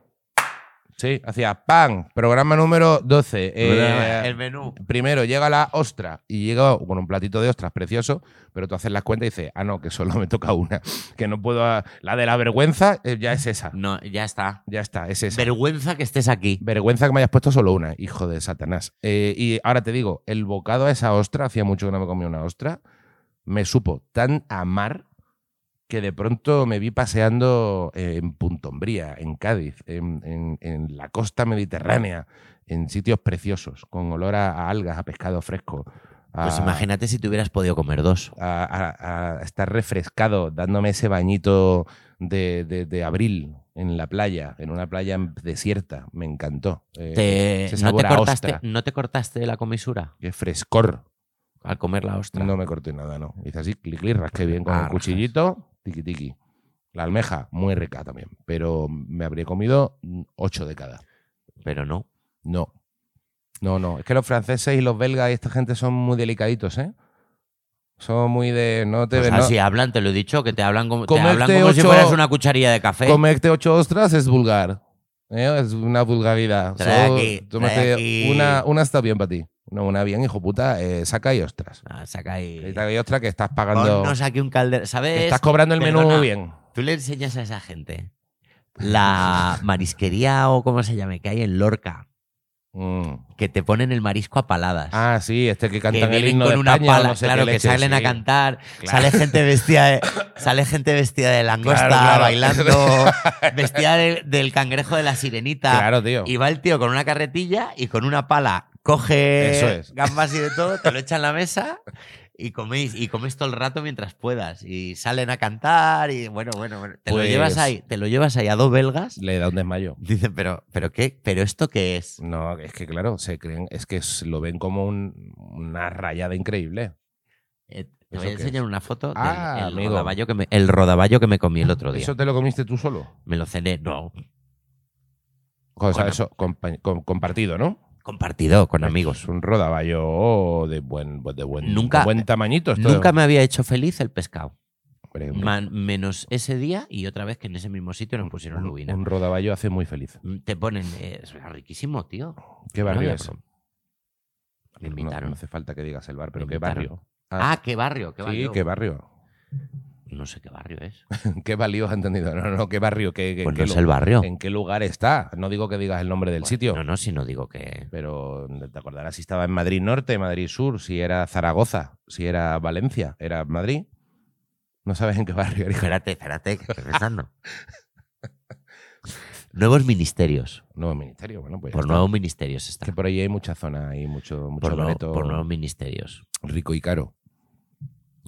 Sí, hacía pan. Programa número 12. eh, el menú. Primero llega la ostra y llega con un platito de ostras precioso, pero tú haces las cuentas y dices, ah, no, que solo me toca una, que no puedo... ah, La de la vergüenza eh, ya es esa, No, ya está. ya está, es esa. Vergüenza que estés aquí. vergüenza que me hayas puesto solo una, hijo de Satanás. Eh, y ahora te digo, el bocado a esa ostra, hacía mucho que no me comía una ostra, me supo tan amar que de pronto me vi paseando eh, en Puntombría, en Cádiz, en, en- en la costa mediterránea, en sitios preciosos, con olor a, a algas, a pescado fresco. a- Pues imagínate si te hubieras podido comer dos. a, a- a estar refrescado, dándome ese bañito de, de- de abril en la playa, en una playa desierta. Me encantó. Eh, Te- ese ¿no, te sabor a cortaste, ostra. ¿No te cortaste la comisura Qué frescor. al comer la ostra? No me corté nada, no. Hice así, clic, clic, rasqué bien con Ah, el rajas. cuchillito, tiqui, tiqui. La almeja, muy rica también, pero me habría comido mm, ocho de cada. Pero no. No. No, no. Es que los franceses y los belgas y esta gente son muy delicaditos, ¿eh? Son muy de. No te Pues no- así hablan, te lo he dicho, que te hablan como, te Comerte hablan como si ocho- fueras una cucharilla de café. Comerte ocho ostras es vulgar. ¿eh? Es una vulgaridad. Trae aquí, tómate trae aquí. Una, una está bien para ti. No, una bien, hijo puta. eh, saca y ostras. Ah, saca ahí. Saca y ostras que estás pagando. Ponnos aquí un caldero. ¿Sabes? Estás cobrando el menú Perdona. muy bien. Tú le enseñas a esa gente la marisquería o como se llame que hay en Lorca, Mm. que te ponen el marisco a paladas. Ah, sí, este que que cantan el vienen himno con de una España, pala, no sé claro, qué que leche, salen a sí. cantar, Claro. sale gente vestida (laughs) de, sale gente vestida de langosta Claro, claro. (laughs) bailando, vestida de- del cangrejo de la sirenita. Claro, tío. Y va el tío con una carretilla y con una pala coge Eso es. gambas y de todo, (laughs) te lo echa en la mesa y coméis y comes todo el rato mientras puedas y salen a cantar y bueno, bueno, bueno, te lo Pues- llevas ahí, te lo llevas ahí a dos belgas. Le da un desmayo. Dicen, pero pero qué, pero esto qué es? No, es que claro, se creen, es que s- lo ven como un- una rayada increíble. Eh, te ¿Eso voy a qué enseñar una foto del Ah, el amigo. rodaballo que me, el rodaballo que me comí el otro día. ¿Eso te lo comiste tú solo? Me lo cené, no, O sea, Con- eso compa- con- compartido, ¿no? compartido con Es amigos. un rodaballo de buen, pues, de buen, Nunca- de buen tamañito. esto. Nunca me había hecho feliz el pescado. Hombre, hombre, Man- menos ese día y otra vez que en ese mismo sitio nos pusieron un, lubina. un rodaballo hace muy feliz. Mm, Te ponen. eh, es riquísimo, tío. ¿Qué No barrio había es? pro- Me No- invitaron. No, hace falta que digas el bar, pero Me ¿qué invitaron. barrio? Ah, qué barrio, qué barrio. Sí, qué barrio. No sé qué barrio es. ¿Qué valío has (laughs) entendido? No, no, qué barrio, qué, qué- Pues qué no es lu- el barrio. en qué lugar está. No digo que digas el nombre del Bueno, sitio, No, no, si no digo que. pero te acordarás si estaba en Madrid Norte, Madrid Sur, si era Zaragoza, si era Valencia, era Madrid. No sabes en qué barrio. eres. Espérate, espérate, que estoy (laughs) pensando. Nuevos ministerios. Nuevo ministerio, bueno, pues. ya Por está. nuevos ministerios está. Que por ahí hay mucha zona y mucho, mucho Por, nue- bareto por nuevos ministerios. rico y caro.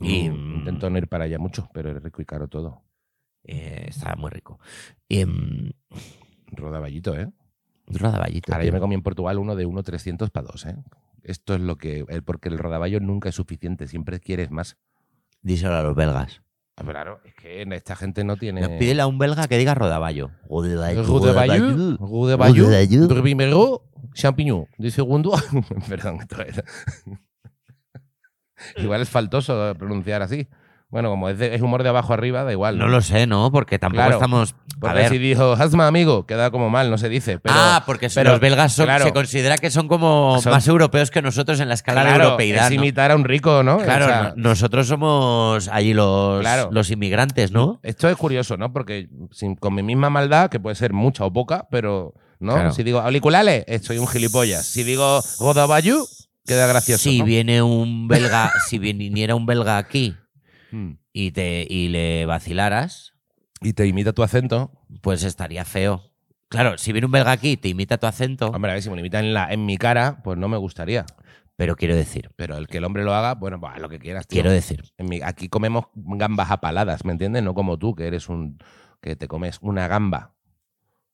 Y, Mm, Intento no ir para allá mucho, pero es rico y caro todo. Eh, estaba muy rico. Em, Rodaballito, ¿eh? un rodaballito. Ahora tío. yo me comí en Portugal uno de 1.300 para dos, ¿eh? Esto es lo que. el- Porque el rodaballo nunca es suficiente, siempre quieres más. Díselo a los belgas. Ah, pero Claro, es que esta gente no tiene. Nos pide la un belga que diga rodaballo. Rodaballo. Rue de Bayou, Rue de Bayou, primero, champignon. De segundo, (laughs) perdón. esto es- Igual es faltoso pronunciar así. Bueno, como es, de- es humor de abajo arriba, da igual. No lo sé, ¿no? Porque tampoco Claro. estamos. A Porque ver. si dijo, hazma amigo, queda como mal, no se dice. Pero, ah, porque son- pero- los belgas son- claro. se considera que son como Son- más europeos que nosotros en la escala claro, de europeidad. es ¿no? imitar a un rico, ¿no? O Claro, sea, no- nosotros somos allí los, Claro. los inmigrantes, ¿no? Esto es curioso, ¿no? Porque sin- con mi misma maldad, que puede ser mucha o poca, pero ¿no? Claro. Si digo auriculales, eh, soy un gilipollas. Si digo Godabayu, queda gracioso. Si ¿no? viene un belga, si viniera un belga aquí Mm. y te y le vacilaras, Y te imita tu acento. pues estaría feo. Claro, si viene un belga aquí y te imita tu acento, Hombre, a ver si me lo imitan en, la, en mi cara, pues no me gustaría. pero quiero decir, Pero el que el hombre lo haga, bueno, pues haz lo que quieras, tío. quiero decir, En mi- aquí comemos gambas apaladas, ¿me entiendes? No como tú, que eres un. que te comes una gamba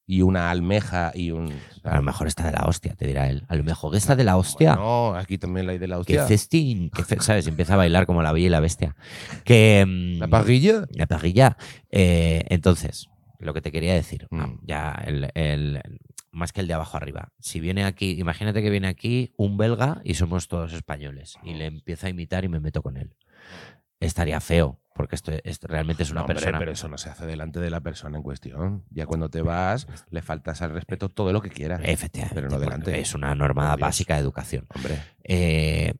y una almeja y un. a lo mejor está de la hostia, te dirá él. A lo mejor está de la hostia. No, aquí también la hay de la que hostia. festín, que fe- ¿sabes? Empieza a bailar como la bella y la bestia. Que, mm, La parrilla. la parrilla. Eh, entonces, lo que te quería decir, Mm. ah, ya el, el- más que el de abajo arriba. Si viene aquí, imagínate que viene aquí un belga y somos todos españoles y le empiezo a imitar y me meto con él. Estaría feo, porque esto, es- realmente es una No, hombre, persona. pero eso no se hace delante de la persona en cuestión. Ya cuando te vas, le faltas al respeto todo lo que quieras. Efectivamente, pero no porque delante. es una norma Por Dios. básica de educación. Hombre. Eh,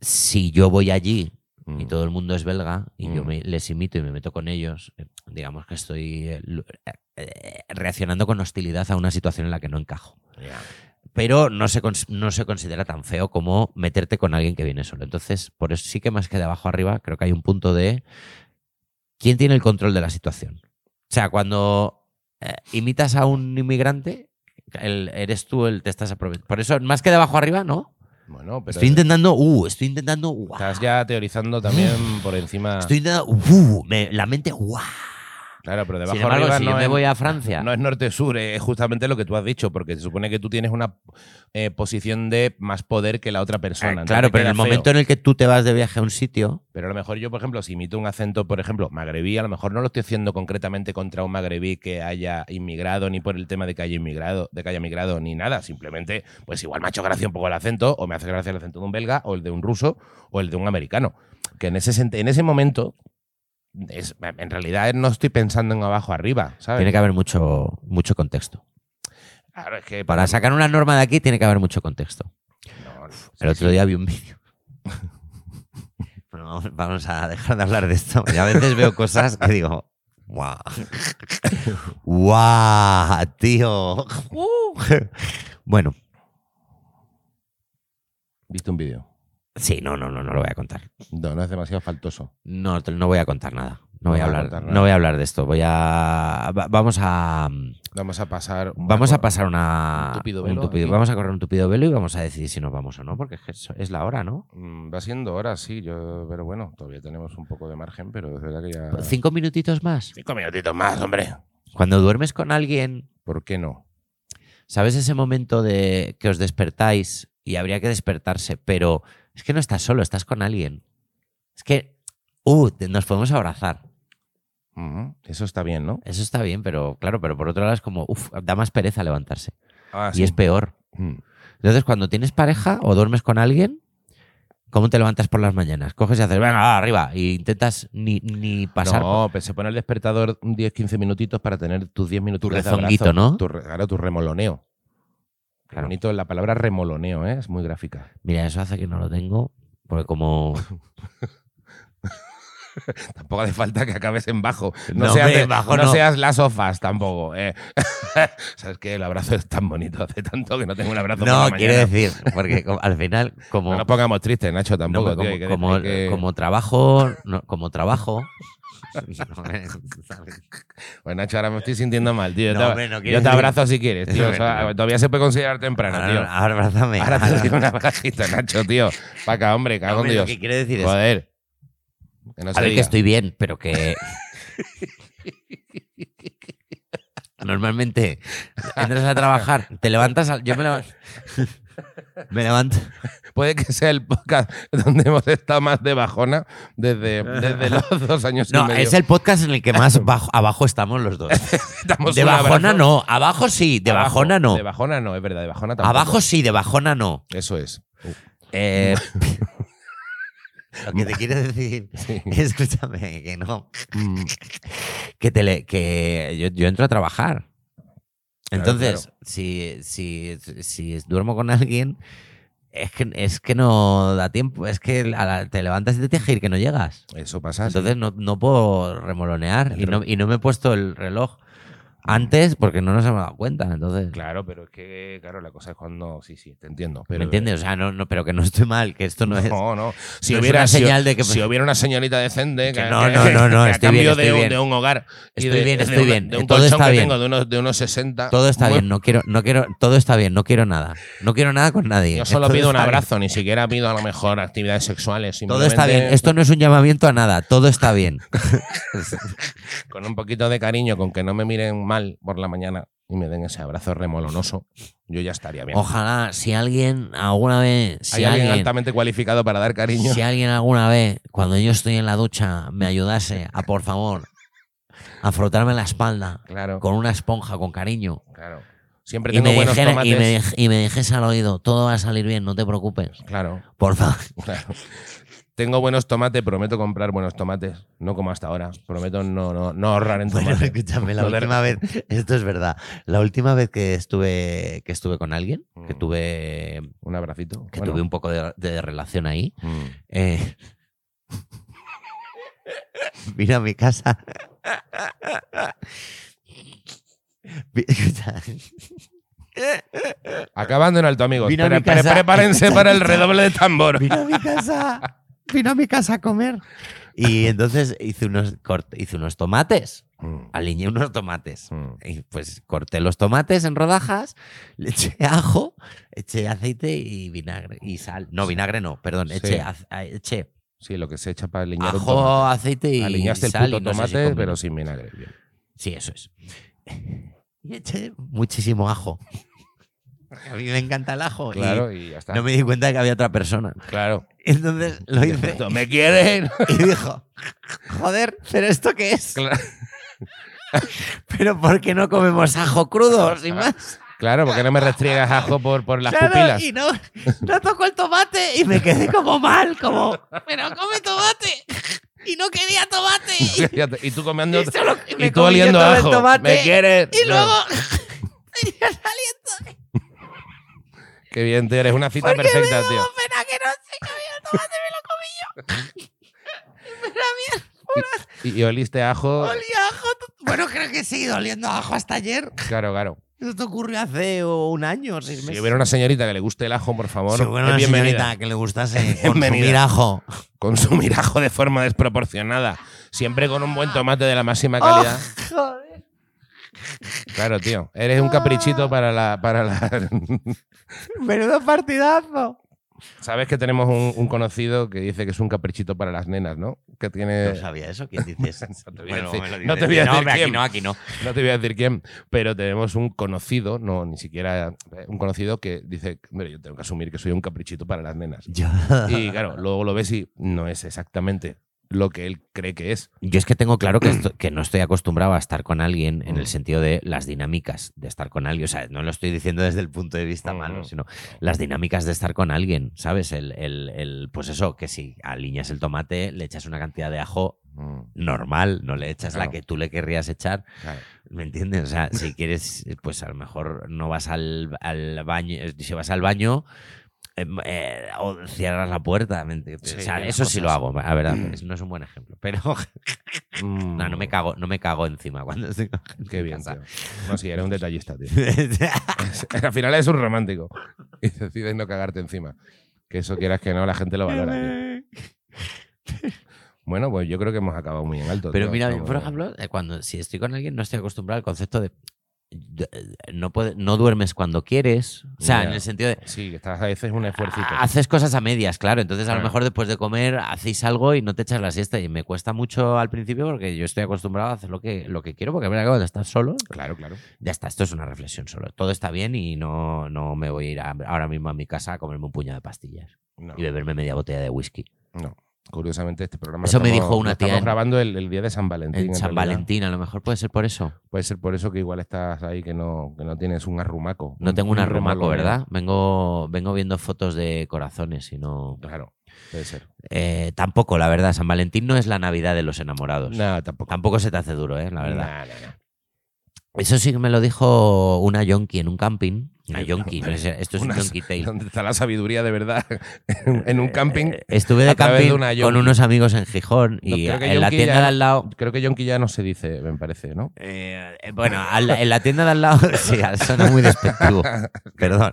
si yo voy allí mm. y todo el mundo es belga y yo Mm. me- les imito y me meto con ellos, eh, digamos que estoy eh, lu- eh, eh, reaccionando con hostilidad a una situación en la que no encajo. Ya. Pero no se, cons- no se considera tan feo como meterte con alguien que viene solo. Entonces, por eso sí que más que de abajo arriba, creo que hay un punto de quién tiene el control de la situación. O sea, cuando eh, imitas a un inmigrante, el- eres tú el te estás aprovechando. Por eso, más que de abajo arriba, ¿no? Bueno, pero. estoy intentando, uh, estoy intentando, uh, Estás ya teorizando también por encima. Estoy intentando. ¡uh! Me- la mente. ¡guau! Claro, pero debajo Sin embargo, arriba si no yo me es- voy a Francia. No es norte-sur, es justamente lo que tú has dicho, porque se supone que tú tienes una eh, posición de más poder que la otra persona. Ah, entonces claro, pero en queda el feo. momento en el que tú te vas de viaje a un sitio. Pero a lo mejor yo, por ejemplo, si imito un acento, por ejemplo, magrebí, a lo mejor no lo estoy haciendo concretamente contra un magrebí que haya inmigrado, ni por el tema de que haya inmigrado, de que haya migrado, ni nada. Simplemente, pues igual me ha hecho gracia un poco el acento, o me hace gracia el acento de un belga, o el de un ruso, o el de un americano. Que en ese, sent- en ese momento, es- en realidad no estoy pensando en abajo arriba, ¿sabes? Tiene que haber mucho, mucho contexto. Claro, es que Para sacar una norma de aquí tiene que haber mucho contexto. No, no, El sí, otro día vi (laughs) un vídeo. Bueno, vamos- vamos a dejar de hablar de esto. Y a veces veo cosas que digo. (laughs) ¡Guau! ¡Guau! Tío. Uh. (laughs) Bueno, ¿Viste un vídeo? sí, no, no, no, no lo voy a contar. No, no es demasiado faltoso. No, te- no voy a contar nada. No voy a vas a hablar, contar nada. no voy a hablar de esto. Voy a va- vamos a Vamos a pasar. vamos a pasar una un tupido un velo tupido- aquí. vamos a correr un tupido velo y vamos a decidir si nos vamos o no, porque es, que eso- es la hora, ¿no? Mm, Va siendo hora, sí, yo, pero bueno, todavía tenemos un poco de margen, pero es verdad que ya. Cinco minutitos más. Cinco minutitos más, hombre. Cuando duermes con alguien, ¿Por qué no? sabes ese momento de que os despertáis y habría que despertarse, pero es que no estás solo, estás con alguien. Es que uh, te- nos podemos abrazar. Ujú, Mm, Eso está bien, ¿no? Eso está bien, pero claro, pero por otro lado es como uf, da más pereza levantarse Ah, y es peor. Mm. Entonces, cuando tienes pareja o duermes con alguien, ¿cómo te levantas por las mañanas? Coges y haces, venga, va, arriba, y intentas ni, ni pasar. No, pues se pone el despertador 10-15 minutitos para tener tus 10 minutos de rezonguito, abrazo. ¿no? Tu, re- claro, tu remoloneo. Qué Claro. bonito la palabra remoloneo, ¿eh? es muy gráfica. (laughs) Mira, eso hace que no lo tengo, porque como. Tampoco hace falta que acabes en bajo. No, No, seas, hombre, de- en bajo no no. seas las sofás tampoco. eh. (laughs) ¿Sabes qué? El abrazo es tan bonito. Hace tanto que no tengo un abrazo. por No, la quiere mañana. decir, porque como- al final, como. No nos pongamos tristes, Nacho, no, tampoco. como, tío, hay que- como- hay que- como trabajo. no, como trabajo. No, eh, ¿sabes? Pues, Nacho, ahora me estoy sintiendo mal, tío. No, Yo te- hombre, no quiere yo te decir- abrazo si (laughs) quieres, tío. O sea, Hombre. todavía se puede considerar temprano, Ahora- tío. ahora abrázame. Ahora ahora- te doy un abracito, Nacho, (laughs) tío. Pa' acá, hombre, No, cago en hombre, lo Dios. que quiere decir es. Joder. Que no a se ver, que diga. estoy bien, pero que. Normalmente entras a trabajar, te levantas. al- Yo me levanto. (laughs) Me levanto. Puede que sea el podcast (laughs) donde hemos estado más de bajona desde, desde (laughs) los dos años y No, medio. es el podcast en el que más bajo- abajo estamos los (laughs) dos. Damos De un abrazo. bajona no, abajo sí, de Abajo. bajona no. De bajona no, es verdad, de bajona tampoco. Abajo sí, de bajona no. Eso es. Eh, (laughs) lo que te quiero (laughs) decir, (laughs) Sí. escúchame, que no. Mm, Que, te le- que yo, yo entro a trabajar. Claro, Entonces, claro. Si, si, si duermo con alguien, es que, es que no da tiempo. Es que a la- te levantas y te tienes que ir, que no llegas. Eso pasa. Ah, sí. Entonces no, no puedo remolonear El y no, reloj. y no me he puesto el reloj antes porque no nos hemos dado cuenta. Entonces, Claro, pero es que, claro, la cosa es cuando. Sí, sí, te entiendo. Pero, eh, ¿me entiendes? O sea, no, no, pero que no estoy mal, que esto no, es. No, no. Si no es hubiera una si- señal de que- si hubiera una señorita decente que, Que no, que- no, no, no, que a estoy bien, cambio estoy de, un, bien. de un hogar y Estoy de, bien, de estoy una- bien. de un Todo colchón está que bien. tengo de unos, de unos 60 Todo está muy- bien, no quiero, no quiero, todo está bien, no quiero nada. No quiero nada con nadie. yo solo Todo pido un está bien. abrazo ni siquiera pido a lo mejor actividades sexuales Todo está bien. simplemente Esto no es un llamamiento a nada. Todo está bien. con un poquito de cariño con que no me miren mal por la mañana y me den ese abrazo remolonoso yo ya estaría bien Ojalá si alguien alguna vez, si hay alguien, alguien, altamente cualificado para dar cariño si alguien alguna vez, cuando yo estoy en la ducha, me ayudase a por favor a frotarme la espalda claro con una esponja con cariño claro siempre y tengo me, buenos dijera- tomates y, me dij- y me dijese al oído, todo va a salir bien, no te preocupes. claro (laughs) Por favor. Claro. Tengo buenos tomates, prometo comprar buenos tomates, no como hasta ahora. Prometo no, no, no ahorrar en Bueno, tomates. (laughs) escúchame, la No te- última vez, esto es verdad, la última vez que estuve, que estuve con alguien, que Mm. tuve, Un abracito. que Bueno, tuve un poco de, de relación ahí, mm. eh, vino a mi casa. Vi- escucha, Acabando en alto, amigos. Vino a Pre- mi pre- casa. prepárense para (laughs) el redoble de tambor. vino a mi casa, vino a mi casa a comer. Y entonces hice unos, cort- hice unos tomates, Mm, aliñé unos tomates. mm. Y pues corté los tomates en rodajas, le eché ajo, eché aceite y vinagre y sal. No, vinagre no, perdón, Sí. eché, az- a- eché Sí, lo que se echa para aliñar un ajo, tomate. aceite y Aliñaste el sal. puto y no sé si tomate, combinó. pero sin vinagre. Bien. Sí, eso es. (laughs) Y eché muchísimo ajo. A mí me encanta el ajo. y Claro, y ya está. no me di cuenta de que había otra persona. (laughs) Claro. Entonces (laughs) lo hice ¿Me quieren? y dijo, joder, ¿pero esto qué es? Claro. (laughs) ¿Pero por qué no comemos ajo crudo, sin más? Claro, porque no me restriegas ajo por, por las Claro, pupilas. Y no, no tocó el tomate y me quedé como mal, como, pero come tomate. Y no quería tomate. (laughs) (laughs) Y, Ya te- y tú comiendo. y solo- y me Y tú comí yo oliendo todo el ajo. tomate. ¿Me quieres? Y No. luego (laughs) tenía el aliento. Qué bien, te eres una cita Porque perfecta, me tío. daba pena que no sé que había (laughs) el tomate, me lo comí yo. Pero a mí Y, y oliste a ajo. olía a ajo. to- Bueno, creo que sí, oliendo a ajo hasta ayer. Claro, claro. Eso te ocurrió hace o, un año o seis meses. Si hubiera una señorita que le guste el ajo, por favor, Si hubiera es una bienvenida. señorita que (laughs) le gustase Bienvenida. consumir ajo. Consumir ajo de forma desproporcionada, siempre con un buen tomate de la máxima calidad. Oh, joder. Claro, tío, eres Ah. un caprichito para la... Para la... (laughs) Menudo partidazo. Sabes que tenemos un, un conocido que dice que es un caprichito para las nenas, ¿no? Que tiene... No sabía eso. ¿Quién dices? Eh. (laughs) No te voy a decir- no te voy a decir quién. aquí no, aquí no. No te voy a decir quién, pero tenemos un conocido, no, ni siquiera eh, un conocido que dice, mira, yo tengo que asumir que soy un caprichito para las nenas. Yo, (laughs) Y claro, luego lo ves y no es exactamente lo que él cree que es. yo es que tengo (clears throat) claro que, esto- que no estoy acostumbrado a estar con alguien en Mm. el sentido de las dinámicas de estar con alguien. O sea, no lo estoy diciendo desde el punto de vista Mm. malo, sino las dinámicas de estar con alguien, ¿sabes? El, el- el- pues eso, que si aliñas el tomate, le echas una cantidad de ajo normal, no le echas Claro. la que tú le querrías echar. Mm, Claro. ¿Me entiendes? O sea, (laughs) si quieres, eh, pues a lo mejor no vas al, al baño, eh, si vas al baño, eh, eh, o cierras la puerta. ¿me entiendes? Sí, o sea, las eso sí lo cosas. hago, la verdad, (clears throat) es- no es un buen ejemplo. Pero (laughs) no, Mm. no me cago, no me cago encima (laughs) cuando estoy con gente Qué en bien, (laughs) casa. tío. No, sí, eres un detallista, tío. (laughs) Al final eres un romántico. (laughs) Y decides no cagarte encima. Que eso quieras que no, la gente lo valora, tío. Bueno, pues yo creo que hemos acabado muy en alto. Pero tío. mira, Estamos- por ejemplo, eh, cuando si estoy con alguien, no estoy acostumbrado al concepto de no, puede- no duermes cuando quieres. O sea, Ya. en el sentido de. Sí, que estás a veces un esfuercito. Haces cosas a medias, claro. Entonces, a lo Claro. mejor después de comer hacéis algo y no te echas la siesta. Y me cuesta mucho al principio porque yo estoy acostumbrado a hacer lo que, lo que quiero, porque mira, cuando estás solo, Claro, claro. ya está. Esto es una reflexión solo. Todo está bien y no, no me voy a ir a- ahora mismo a mi casa a comerme un puñado de pastillas No, y beberme media botella de whisky. no. Curiosamente, este programa. lo Eso me estamos- dijo una lo tía Estamos en- grabando el, el día de San Valentín. En San realidad. Valentín, a lo mejor puede ser por eso. Puede ser por eso que igual estás ahí que no, que no tienes un arrumaco. No tengo un arrumaco, remoloneo. ¿verdad? Vengo, vengo viendo fotos de corazones y no. Claro, puede ser. Eh, tampoco, la verdad. San Valentín no es la Navidad de los enamorados. Nada, tampoco. Tampoco se te hace duro, ¿eh? La verdad. Nah, nah, nah. Eso sí que me lo dijo una yonki en un camping. Una Sí, yonki, no sé, esto es Una- un yonki tale. ¿Dónde está la sabiduría de verdad? (laughs) en en un camping. Eh, Estuve de a través de camping una con yonki. unos amigos en Gijón No, y creo que en la yonki tienda ya- de al lado. Creo que Yonki ya no se dice, me parece, ¿no? eh, eh, bueno, al- en la tienda de al lado. (laughs) Sí, suena muy (laughs) despectivo. Perdón.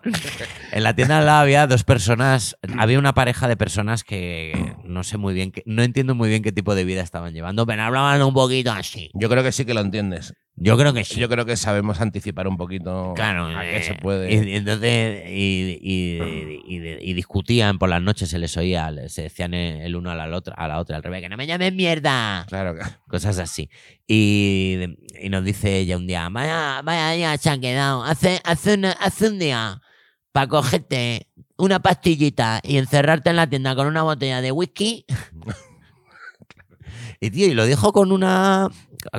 En la tienda de al lado había dos personas. Había una pareja de personas que no sé muy bien, que, no entiendo muy bien qué tipo de vida estaban llevando, pero hablaban un poquito así. Yo creo que sí que lo entiendes. Yo creo que sí. Yo creo que sabemos anticipar un poquito Claro, a qué eh, se puede. Y, y entonces, y, y- y- y- y discutían por las noches, se les oía, se decían el uno a la otra, a la otra, al revés, que no me llames mierda, Claro, (laughs) que- cosas así. Y, y nos dice ella un día, vaya, vaya día se han quedado, hace, hace, una- hace un día para cogerte una pastillita y encerrarte en la tienda con una botella (laughs) de whisky. Y tío, y lo dijo con una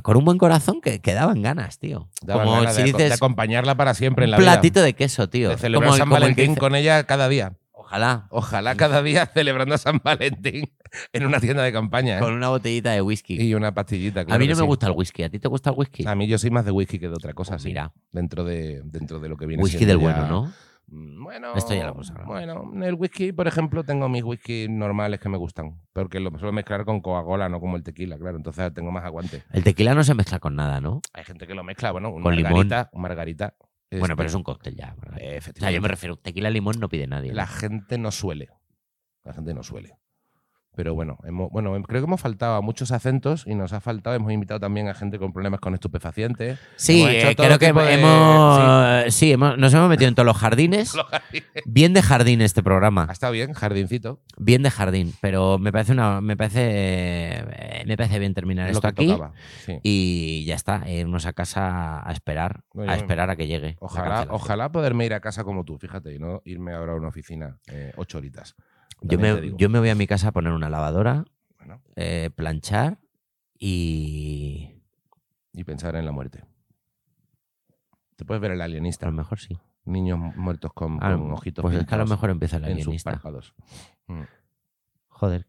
con un buen corazón que, que daban ganas, tío. daban Como ganas si de, aco- de dices, acompañarla para siempre en la un vida. platito de queso, tío. De celebrar Como el- San como el que Valentín dice- con ella cada día. Ojalá. Ojalá cada día (laughs) celebrando a San Valentín en una tienda de campaña. ¿eh? Con una botellita de whisky. Y una pastillita. a claro mí no que me sí. Ah, gusta el whisky. ¿A ti te gusta el whisky? A mí yo soy más de whisky que de otra cosa, Pues sí. mira, Dentro de, dentro de lo que viene whisky siendo del ya- bueno, ¿no? Mm, Bueno, Esto ya lo hemos hablado. bueno, el whisky, por ejemplo, tengo mis whisky normales que me gustan, porque lo suelo mezclar con Coca-Cola, no como el tequila, claro, entonces tengo más aguante. El tequila no se mezcla con nada, ¿no? Hay gente que lo mezcla, bueno, un Con limón. margarita, un margarita. Bueno, pero es un cóctel ya. ¿verdad? eh, O sea, (laughs) efectivamente. yo me refiero, tequila limón no pide nadie. ¿no? La gente no suele. La gente no suele. Pero bueno, hemos- bueno, em- creo que hemos faltado a muchos acentos y nos ha faltado, hemos invitado también a gente con problemas con (laughs) estupefacientes. Sí, hemos hecho eh, todo creo que tipo de- hemos, sí. hemos- nos hemos metido en todos los (laughs) jardines. Bien de jardín este programa. Ha estado bien, jardincito. Bien de jardín. Pero me parece una, me parece, eh, me parece bien terminar lo esto que aquí. tocaba. sí. Y ya está, e irnos a casa a esperar, Muy a bien. esperar a que llegue. la Ojalá, cancelación. ojalá poderme ir a casa como tú, fíjate, y no irme ahora a una oficina eh, ocho horitas. Yo También te me, digo. yo me voy a mi casa a poner una lavadora, Bueno, eh, planchar y y pensar en la muerte. Te puedes ver el a lo alienista, mejor sí. niños muertos con, Ah, con ojitos pues es que a lo pintados mejor empieza el en sus alienista. párpados. Joder,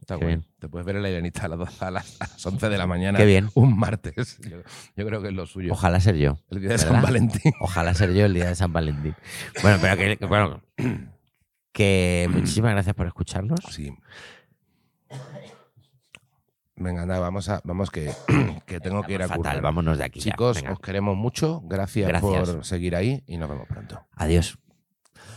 Está Qué bueno. bien. Te puedes ver el alienista a las, dos- a las- a las 11 de la mañana. qué bien. Un martes. Yo, yo creo que es lo suyo. Ojalá ser yo. El día de ¿verdad? San Valentín. Ojalá ser yo el día de San Valentín. Bueno, pero que, que- bueno, que muchísimas gracias por escucharnos. Sí. Venga, anda, vamos a. Vamos que, (clears throat) que tengo que ir a pues Fatal, currar. vámonos de aquí. ya. Chicos, Venga, os queremos mucho. Gracias, Gracias. por seguir ahí y nos vemos pronto. Adiós.